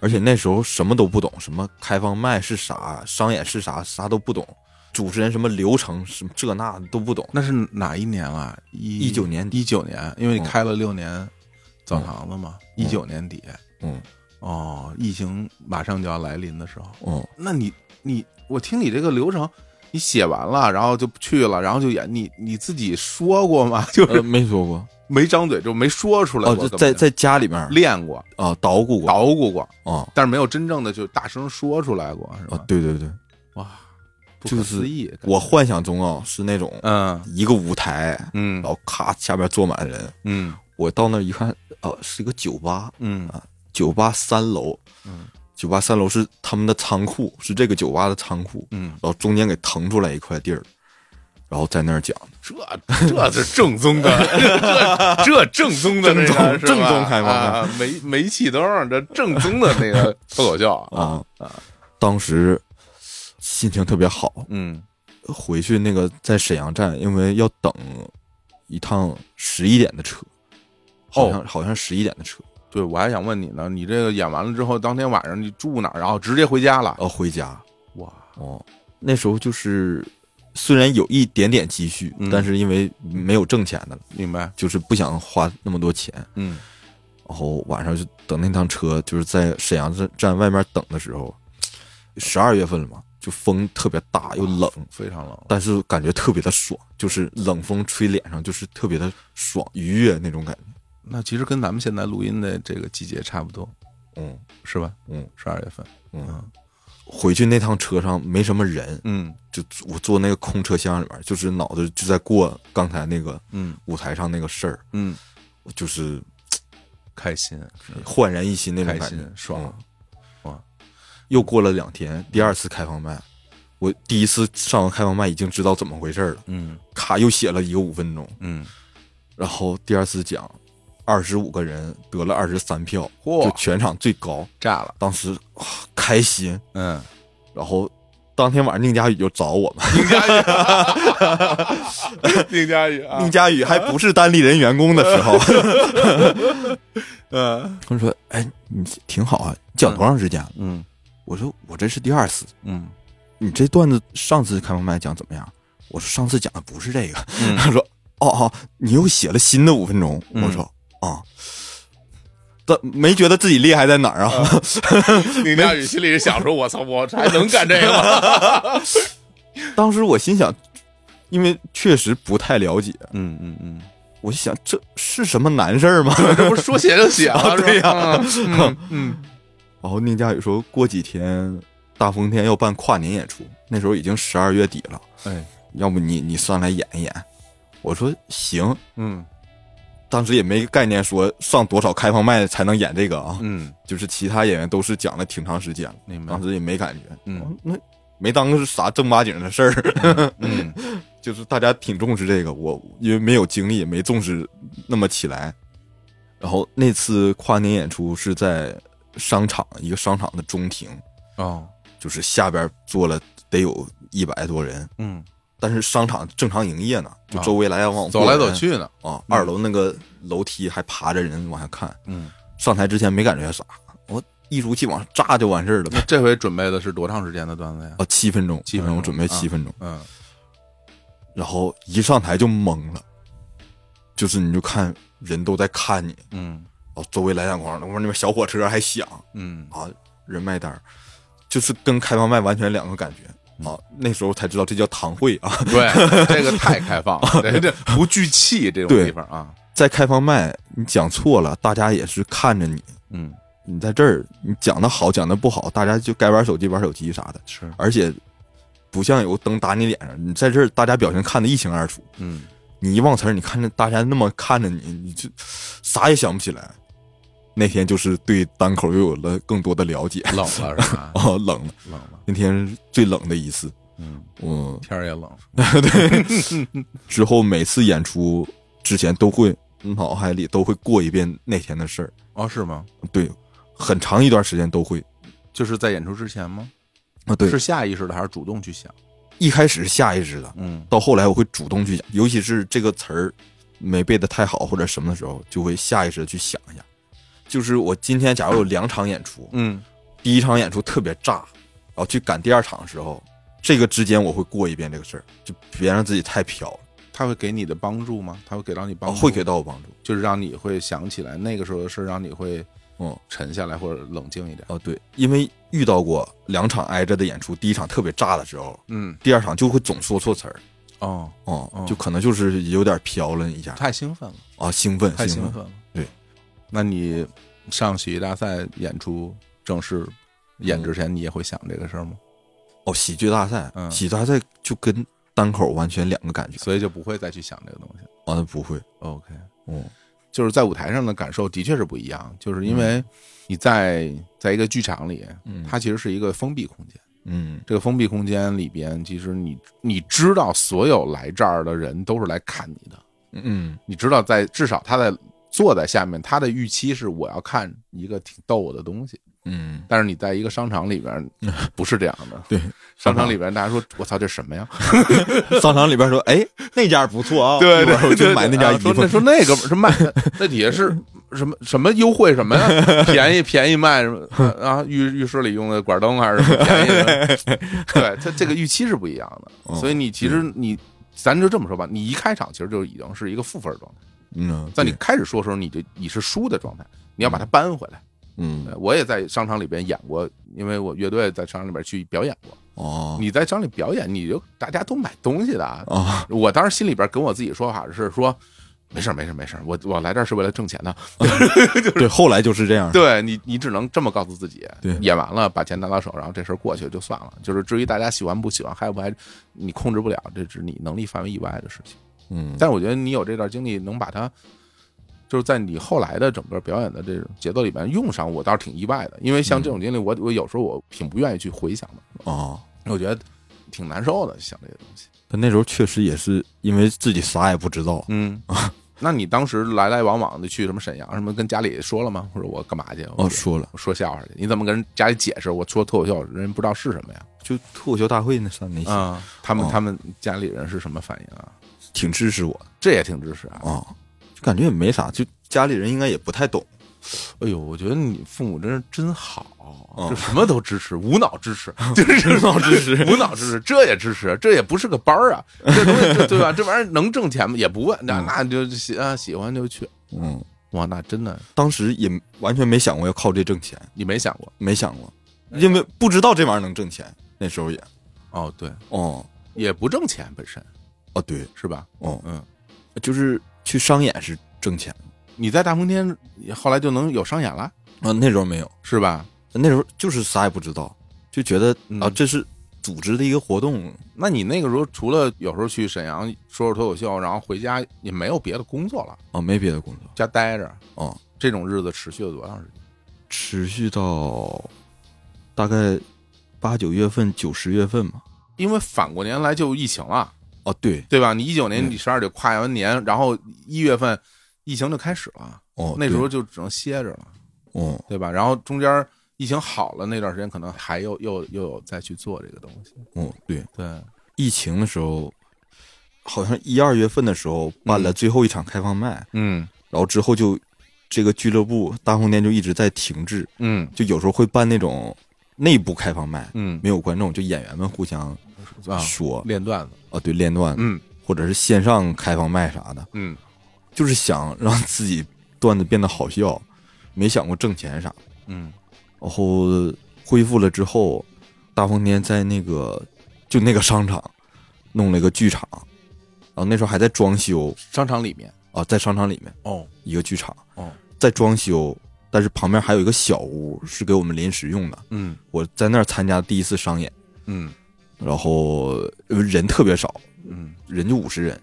而且那时候什么都不懂，什么开放麦是啥，商演是啥，啥都不懂，主持人什么流程什么这那都不懂。
那是哪一年了？一
19年
一九年，嗯因为你开了六年澡堂子嘛，一九年底。
嗯
哦，疫情马上就要来临的时候，
嗯，
那你你我听你这个流程，你写完了，然后就去了，然后就演，你你自己说过吗？ 就是
呃，没说过
没张嘴就没说出 来
哦，
过，
就
根本
在在家里面
练过、
啊捣鼓过
捣鼓过，
啊
但是没有真正的就大声说出来过，是
啊
吧，？
对对对，
哇，不
呃就
可
是
思议！感觉
我幻想中啊是那种
嗯
一个舞台，
嗯
然后咔下边坐满人，
嗯
我到那儿一看，哦，是一个酒吧，
嗯
酒吧三楼，
嗯
酒吧三楼是他们的仓库，是这个酒吧的仓库，
嗯，
然后中间给腾出来一块地儿，然后在那儿讲，
这这是正 宗的，这这正宗的那
正宗
个是吧
正宗开放麦
啊，煤煤气灯儿，这正宗的那个脱口秀
啊当时心情特别好，
嗯
回去那个在沈阳站，因为要等一趟十一点的车，好像、好像十一点的车，，
对，我还想问你呢，你这个演完了之后，当天晚上你住哪儿？然后直接回家了？
要回家
哇，
哦。那时候就是虽然有一点点积蓄，
嗯
但是因为没有挣钱的，
明白？
就是不想花那么多钱，
嗯
然后晚上就等那趟车，就是在沈阳站站外面等的时候，十二月份了嘛，就风特别大又冷，
非常冷。
但是感觉特别的爽，就是冷风吹脸上，就是特别的爽愉悦那种感觉。
那其实跟咱们现在录音的这个季节差不多，
嗯
是吧？
嗯，
十二月份。
嗯，回去那趟车上没什么人，
嗯
就我坐那个空车厢里面，就是脑子就在过刚才那个
嗯
舞台上那个事儿，
嗯，
就是
开心，
焕然一新那种
开
感觉
心，，爽。
嗯
哇
又过了两天，第二次开放麦，我第一次上完开放麦已经知道怎么回事儿了，
嗯
咔又写了一个五分钟，
嗯，
然后第二次讲，二十五个人得了二十三票，
嚯
就全场最高，
炸了。
当时、啊开心，
嗯，
然后当天晚上宁佳宇就找我们，
宁佳宇，宁佳宇啊
宁，佳宇还不是单立人员工的 时候，
嗯
他们说，哎，你挺好啊，讲多长时间啊？
嗯
我说我这是第二次，
嗯
你这段子上次开放麦讲怎么样？我说上次讲的不是这个，
嗯
他说哦哦，你又写了新的五分钟，我说啊。但没觉得自己厉害在哪儿啊？
宁佳宇心里是想说：“我操，我还能干这个吗
当时我心想，因为确实不太了解，？”
嗯嗯嗯。
我就想这是什么难事儿吗？
这不是说写就写了，
对
是吧
呀
嗯嗯
然后宁佳宇说，过几天大风天要办跨年演出，那时候已经十二月底了，
嗯，哎，
要不你你上来演一演？我说行，
嗯
当时也没概念说上多少开放麦才能演这个啊，
嗯，
就是其他演员都是讲了挺长时间了，
明白
当。时也没感觉，
嗯，
那没当是啥正八经的事儿，
嗯
就是大家挺重视这个，我因为没有经历，也没重视那么起来。然后那次跨年演出是在商场一个商场的中庭，
哦，
就是下边坐了得有一百多人，
嗯，
但是商场正常营业呢，就
啊
周围来来往往
走
过
来
人
走去嗯呢。
啊，二楼那个楼梯还爬着人往下看，
嗯，
上台之前没感觉啥，我一如既往炸就完事儿了呗
那。这回准备的是多长时间的段子呀？
啊，七分钟，
七分
然
钟
后我准备七分钟，
嗯，
然后一上台就懵了，就是你就看人都在看你，
嗯
哦，周围来两光，我说那边小火车还响
嗯
啊，人卖单儿，就是跟开放麦完全两个感
嗯
觉啊。那时候才知道这叫堂会啊，
对， 这个太开放 了，这这不聚气这种
对
地方啊。
在开放麦你讲错了，大家也是看着你，
嗯，
你在这儿你讲的好讲的不好，大家就该玩手机玩手机啥的，
是，
而且不像有个灯打你脸上，你在这儿大家表情看得一清二楚。
嗯，
你一忘词儿，你看着大家那么看着你，你就啥也想不起来。那天就是对单口又有了更多的了解。
冷了是 吧？
哦，冷了，
冷了，
那天最冷的一次。
嗯，
我
天儿也冷。
之后每次演出之前都会脑海里都会过一遍那天的事儿，
哦，是吗？
对，很长一段时间都会
就是在演出之前吗？
啊。对
是，下意识的还是主动去想？
一开始是下意识的，
嗯
到后来我会主动去想，尤其是这个词儿没背得太好或者什么的时候，就会下意识的去想一下。就是我今天假如有两场演出，
嗯
第一场演出特别炸，然后去赶第二场的时候，这个之间我会过一遍这个事儿，就别让自己太飘了，，
他会给你的帮助吗？哦他会给到你帮
啊
助？
会给，到我帮助。
就是让你会想起来那个时候的事，让你会
嗯，
沉下来或者冷静一点。
哦对，因为遇到过两场挨着的演出，第一场特别炸的时候，
嗯，
第二场就会总说错词儿，
哦，
哦、
哦
就可能就是有点飘了一下
太兴奋了，
啊，兴奋，
太
兴
兴
奋，
奋了。
对，
那你上喜剧大赛演出正式
嗯
演之前，你也会想这个事儿吗？
哦，喜剧大赛，
嗯
喜剧大赛就跟单口完全两个感觉，
所以就不会再去想这个东西。
完了不会，
OK，
嗯，
就是在舞台上的感受的确是不一样，就是因为你在在一个剧场里，
嗯
它其实是一个封闭空间。
嗯
这个封闭空间里边，其实你你知道，所有来这儿的人都是来看你的。
嗯
你知道在，至少他在坐在下面，他的预期是我要看一个挺逗的东西。
嗯，
但是你在一个商场里 边，不是这样的。
对，
商场里边大家说：“我操，这什么 呀
商场里边说，哎，那家不错啊、？”
对对
一会儿
对，
我去买那家
哦啊
衣
说
服
那，说那个是卖，那底下 是什么什么优惠什么呀？便宜便宜卖什么啊？浴浴室里用的管灯还是什么便宜 的？对他这个预期是不一样的，
嗯
所以你其实你，咱就这么说吧，你一开场其实就已经是一个负分状态，
嗯，
在你
对
开始说的时候，你就你是输的状态，你要把它扳回来。
嗯
呃我也在商场里边演过，因为我乐队在商场里边去表演过。
哦
你在商场里表演，你就大家都买东西的啊。
啊
我当时心里边跟我自己说法是说，没事儿没事儿没事儿，我我来这儿是为了挣钱 的。
对，后来就是这样，
对你，你只能这么告诉自己。
对
演完了把钱拿到手，然后这事儿过去就算了。就是至于大家喜欢不喜欢，嗨不嗨，你控制不了，这是你能力范围以外的事情。
嗯，
但我觉得你有这段经历，能把它就是在你后来的整个表演的这种节奏里面用上，我倒是挺意外的。因为像这种经历，我我有时候我挺不愿意去回想的，
哦，
我觉得挺难受的，想这些东西。
但那时候确实也是因为自己啥也不知道，
嗯， 那你当时来来往往的去什么沈阳什么，跟家里说了吗？或者我干嘛去？
哦，说了，
我说笑话去，你怎么跟人家里解释？我说脱口秀，人家不知道是什么呀？
就脱口秀大会那上那些、
啊，他们
哦
他们家里人是什么反应啊？
挺支持我的
这也挺支持啊！
啊、就感觉也没啥，就家里人应该也不太懂，
哎呦，我觉得你父母真是真好，
嗯
就什么都支持，无脑支 持，就是
无脑支持
无脑支持，这也支持，这也不是个班儿啊，这东西这对吧？这玩意儿能挣钱吗？也不问，那
嗯
那就喜啊喜欢就去，
嗯，
哇，那真的
当时也完全没想过要靠这挣钱，
你没想过
没想过，因为不知道这玩意儿能挣钱，那时候也，
哦？对，
哦
也不挣钱本身
哦对，
是吧？
哦
嗯，
就是去商演是挣钱的，
你在大风天后来就能有商演了
啊那时候没有，
是吧？
那时候就是啥也不知道，就觉得
嗯
啊这是组织的一个活动，
那你那个时候除了有时候去沈阳说说脱口秀，然后回家也没有别的工作了，
啊没别的工作，
家待着，嗯
哦。
这种日子持续了多长时间？
持续到大概八九月份、九十月份嘛。
因为反过年来就疫情了，
哦，对，
对吧？你一九年
嗯
你十二就跨完年，然后一月份疫情就开始了，
哦，
那时候就只能歇着了，
对，哦，
对吧？然后中间疫情好了那段时间，可能还又又又有再去做这个东西，
哦，对，
对，
疫情的时候，好像一二月份的时候办了最后一场开放麦，
嗯
然后之后就这个俱乐部大红店就一直在停滞，
嗯
就有时候会办那种内部开放麦，
嗯
没有观众，就演员们互相
啊，
说，
练段子，
哦，对，练段子，
嗯
或者是线上开放麦啥的，
嗯，
就是想让自己段子变得好笑，没想过挣钱啥的。
嗯
然后恢复了之后，大风天在那个就那个商场弄了一个剧场，然后那时候还在装修
商场里面
啊，在商场里面
哦
一个剧场
哦，
在装修，但是旁边还有一个小屋是给我们临时用的。
嗯
我在那儿参加第一次商演，
嗯
然后呃人特别少，
嗯，
人就五十人，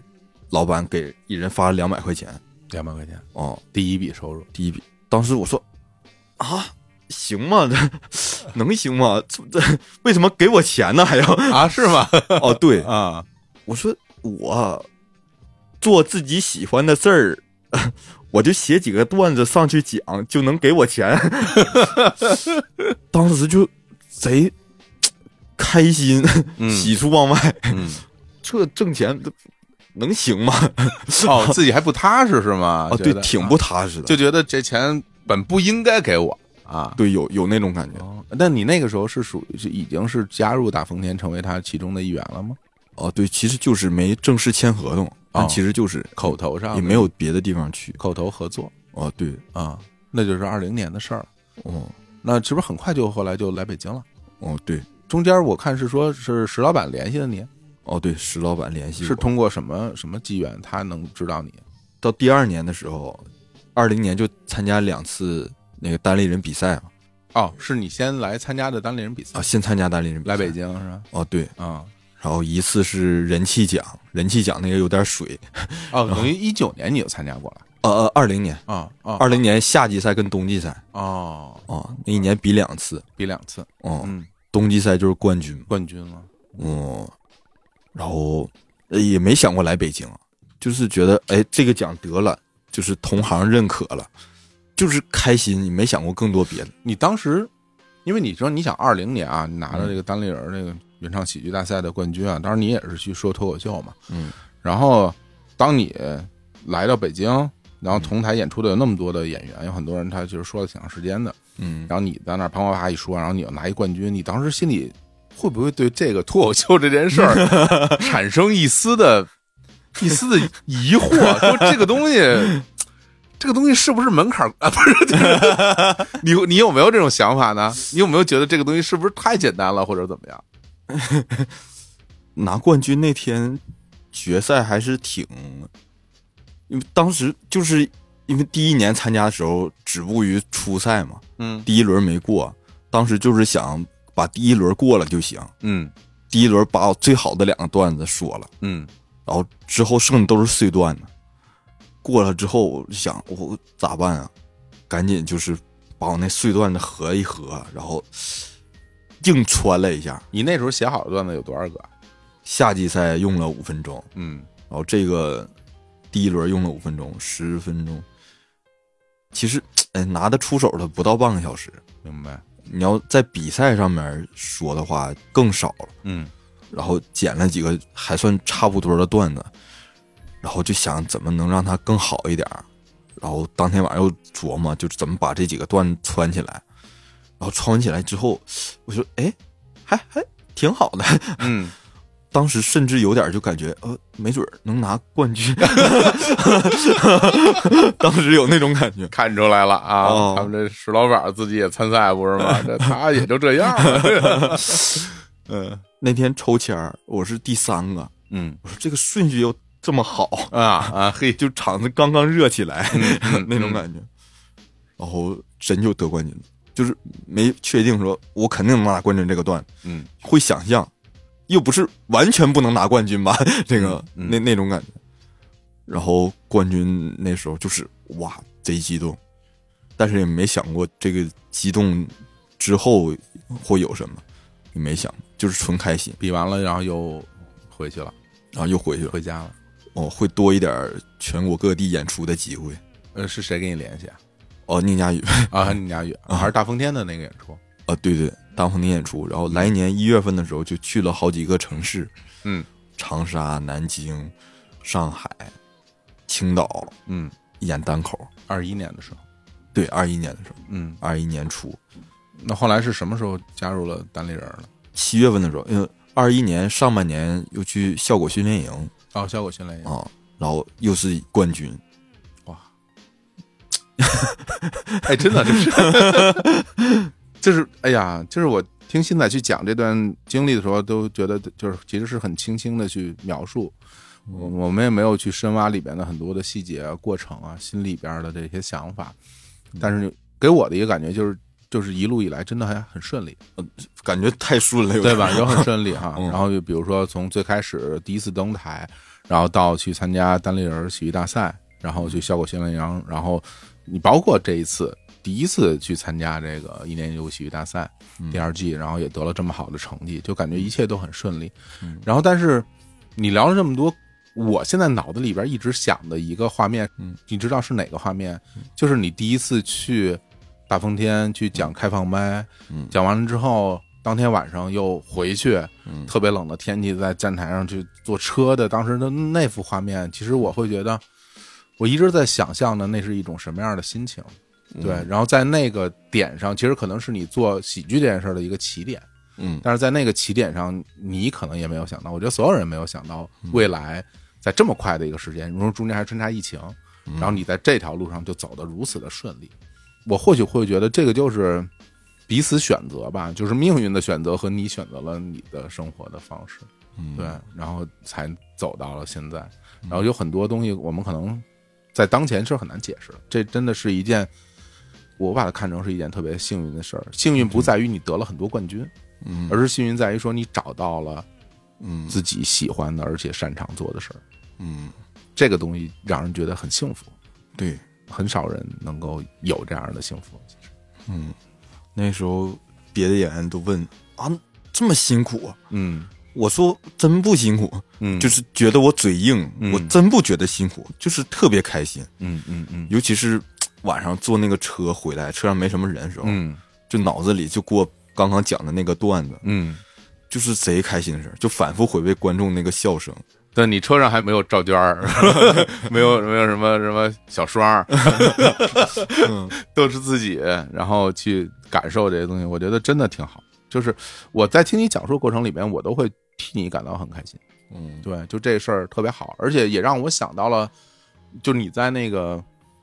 老板给一人发了两百块钱
两百块钱
哦，
第一笔收入，
第一笔。当时我说啊，行吗？ 这能行吗？这这 为什么给我钱呢？还要
啊，是吗？
哦，对，
啊，
我说我做自己喜欢的事儿，我就写几个段子上去讲，就能给我钱。 当时就贼开心，
嗯
喜出望外，
嗯，
这挣钱能行吗？
哦，自己还不踏实是吗？
啊，
觉
对
得，
挺不，踏实的。
就觉得这钱本不应该给我啊。
对，有有那种感觉。
哦，那你那个时候是属于是已经是加入大丰田，成为他其中的一员了吗？
哦，对，其实就是没正式签合同，但
哦
其实就是
口头上
也没有别的地方去。
口头合作
哦，对，
啊，那就是二零年的事儿了。
哦
那是不是很快就后来就来北京了？
哦对
中间我看是说是石老板联系的你，
哦对，石老板联系我
是通过什么什么机缘他能知道你？
到第二年的时候，二零年就参加两次那个单立人比赛嘛，
哦，是你先来参加的单立人比赛
啊，，先参加单立人比赛
来北。京是吧？
哦对，
啊、
然后一次是人气奖，人气奖那个有点水。
哦，等于一九年你就参加过了
呃呃，二零年，
啊啊
二零年夏季赛跟冬季赛
哦，
哦，那一年比两次
比两次，
哦，
嗯，
冬季赛就是冠军嘛。
冠军了，
嗯，然后呃也没想过来北京，就是觉得哎这个奖得了，就是同行认可了，就是开心，你没想过更多别的。
你当时，因为你说你想二零年啊，你拿了这个单立人这个原唱喜剧大赛的冠军啊，当时你也是去说脱口秀嘛，
嗯，
然后当你来到北京，然后同台演出的有那么多的演员，有很多人他就是说了挺长时间的，
嗯，
然后你在那儿啪啪啪一说，然后你又拿一冠军，你当时心里会不会对这个脱口秀这件事儿 产生一丝的、一丝的疑惑？ 说这个东西，这个东西是不是门槛儿啊？不是，就是你你有没有这种想法呢？你有没有觉得这个东西是不是太简单了，或者怎么样？
拿冠军那天决赛还是挺，因为当时就是因为第一年参加的时候止步于初赛嘛，
嗯
第一轮没过，当时就是想把第一轮过了就行，
嗯
第一轮把我最好的两个段子说了。
嗯，
然后之后剩的都是碎段子。过了之后，我就想我咋办啊？赶紧就是把我那碎段子合一合，然后硬穿了一下。
你那时候写好的段子有多少个？
夏季赛用了五分钟，
嗯，
然后哦这个第一轮用了五分钟，十分钟。其实，哎，拿得出手的不到半个小时。
明白。
你要在比赛上面说的话，更少了。
嗯
然后捡了几个还算差不多的段子，然后就想怎么能让它更好一点儿。然后当天晚上又琢磨，就是怎么把这几个段子穿起来。然后穿起来之后，我说，哎，还还挺好的。
嗯，
当时甚至有点就感觉，呃，没准儿能拿冠 军。 当时有那种感觉。
看出来了啊！
哦
他们这石老板自己也参赛不是吗？这他也就这样 了。嗯
那天抽签儿，我是第三个。
嗯
我说这个顺序又这么好，
啊 啊嘿，
就场子刚刚热起来、
嗯
那种感觉，然后真就得冠军了，就是没确定说我肯定能拿冠军这个段，
嗯
会想象，又不是完全不能拿冠军吧， 这个、
嗯嗯
那那种感觉。然后冠军那时候就是哇贼激动，但是也没想过这个激动之后会有什么，也没想，就是纯开心，
比完了，然后又回去了，
然后又回去了，
回家了。
哦，会多一点儿全国各地演出的机会。
呃，是谁跟你联系啊？
哦，宁佳宇，
啊，宁佳宇还是大风天的那个演出？
啊，对对，大鹏的演出，然后来年一月份的时候就去了好几个城市，
嗯，
长沙、南京、上海、青岛
嗯，
演单口。
二一年的时候。
对，二一年的时候，
嗯，
二一年初
那后来是什么时候加入了单立人了？
七月份的时候，因为二一年上半年又去效果训练营
哦，效果训练营。
啊，然后又是冠军，
哇， 哎，真的，就是就是，哎呀，就是我听新仔去讲这段经历的时候，都觉得就是其实是很轻轻的去描述，我我们也没有去深挖里边的很多的细节啊、过程啊、心里边的这些想法，但是给我的一个感觉就是。就是一路以来真的还很顺利，
感觉太顺了，有
对
点
吧？
儿
也很顺利哈。
嗯
然后就比如说从最开始第一次登台，然后到去参加单立人喜剧大赛，然后去效果新闻营，然后你包括这一次第一次去参加这个一年一度喜剧大赛
嗯
第二季，然后也得了这么好的成绩，就感觉一切都很顺利。
嗯
然后但是你聊了这么多。我现在脑子里边一直想的一个画面
嗯，
你知道是哪个画面？就是你第一次去大风天去讲开放麦，
嗯
讲完了之后，当天晚上又回去，
嗯
特别冷的天气，在站台上去坐车的，当时的那幅画面，其实我会觉得，我一直在想象的那是一种什么样的心情，
嗯
对，然后在那个点上，其实可能是你做喜剧这件事儿的一个起点，
嗯
但是在那个起点上，你可能也没有想到，我觉得所有人没有想到，未来在这么快的一个时间，然后中间还穿插疫情，
嗯
然后你在这条路上就走得如此的顺利，我或许会觉得这个就是彼此选择吧，就是命运的选择和你选择了你的生活的方式，
嗯，
对，然后才走到了现在。然后有很多东西我们可能在当前是很难解释的，这真的是一件，我把它看成是一件特别幸运的事儿。幸运不在于你得了很多冠军，
嗯
而是幸运在于说你找到了
嗯
自己喜欢的而且擅长做的事儿。
嗯，
这个东西让人觉得很幸福，
对，
很少人能够有这样的幸福。其实，
嗯，那时候别的演员都问啊，这么辛苦啊，
嗯
我说真不辛苦，
嗯
就是觉得我嘴硬，
嗯
我真不觉得辛苦，就是特别开心，
嗯嗯嗯
尤其是晚上坐那个车回来，车上没什么人的时候，
嗯
就脑子里就过刚刚讲的那个段子，
嗯。
就是贼开心的事儿，就反复回味观众那个笑声。
但你车上还没有赵娟儿，没有没有什么什么小双儿， 都是自己，然后去感受这些东西，我觉得真的挺好。就是我在听你讲述过程里面，我都会替你感到很开心。
嗯
对，就这事儿特别好，而且也让我想到了，就你在那个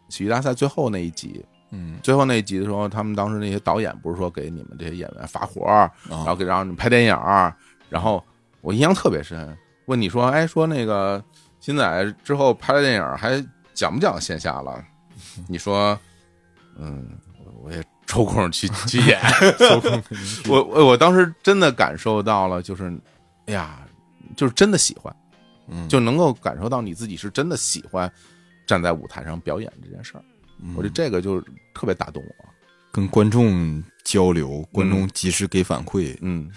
喜剧大赛最后那一集，
嗯
最后那一集的时候，他们当时那些导演不是说给你们这些演员发活儿，然后
啊
给让你们拍电影儿，然后我印象特别深，问你说，哎，说那个新仔之后拍了电影儿还讲不讲线下了？你说，嗯，我我也抽空去去 演， 我我我当时真的感受到了，就是，哎呀，就是真的喜欢，
嗯
就能够感受到你自己是真的喜欢站在舞台上表演这件事儿，我觉得这个就是特别打动我，
嗯跟观众交流，观众及时给反馈，
嗯，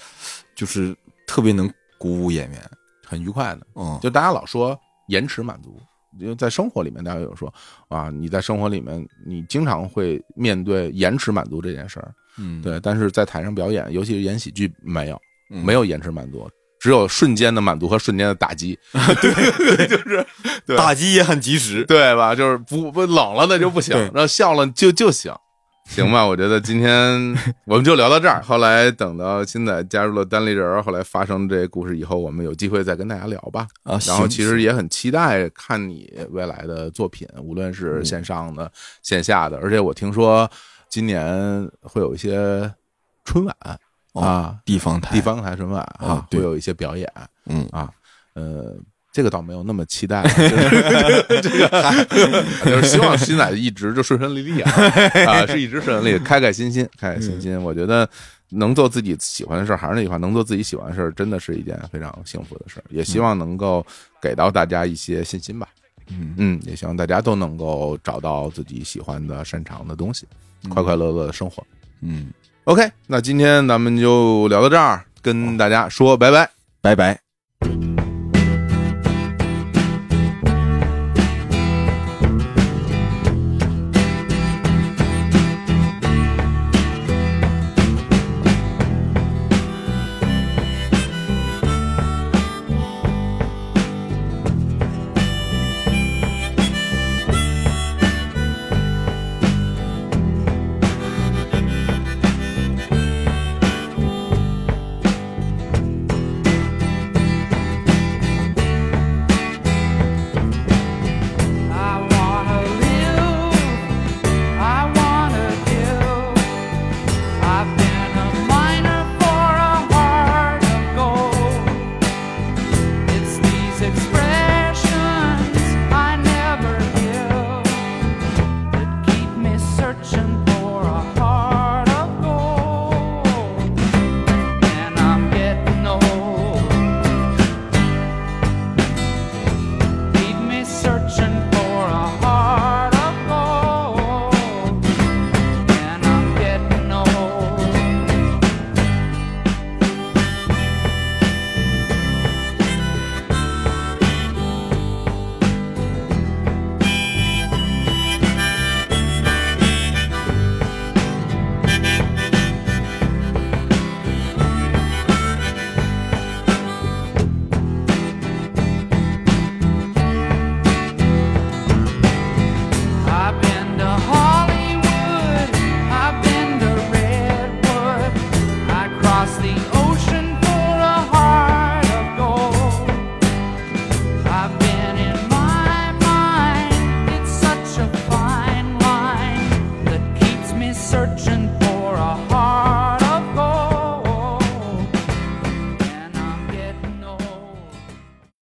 就是特别能鼓舞演员。
很愉快的。
嗯，
就大家老说延迟满足，因为在生活里面，大家有说啊，你在生活里面，你经常会面对延迟满足这件事儿，
嗯，
对。但是在台上表演，尤其是演喜剧，没有
嗯
没有延迟满足，只有瞬间的满足和瞬间的打击，对
打击也很及时。
对吧？就是不不冷了那就不行
对，
然后笑了就 就行。行吧，我觉得今天我们就聊到这儿。后来等到现在加入了单立人儿，后来发生这故事以后，我们有机会再跟大家聊吧。
啊，
然后
行
其实也很期待看你未来的作品，无论
嗯
是线上的、线下的，而且我听说今年会有一些春晚、
哦
啊，
地方台
地方台春晚啊，
啊
会
对
有一些表演
嗯
啊，呃。这个倒没有那么期待了， 就是这个就是希望新仔一直就顺顺利 利啊，啊，是一直顺顺利利，开开心心，开开心
嗯
心。我觉得能做自己喜欢的事儿，还是那句话，能做自己喜欢的事儿，真的是一件非常幸福的事儿。也希望能够给到大家一些信心吧。
嗯
嗯，也希望大家都能够找到自己喜欢的、擅长的东西，快快乐乐的生活。
嗯，
OK，那今天咱们就聊到这儿，跟大家说拜拜。
拜拜。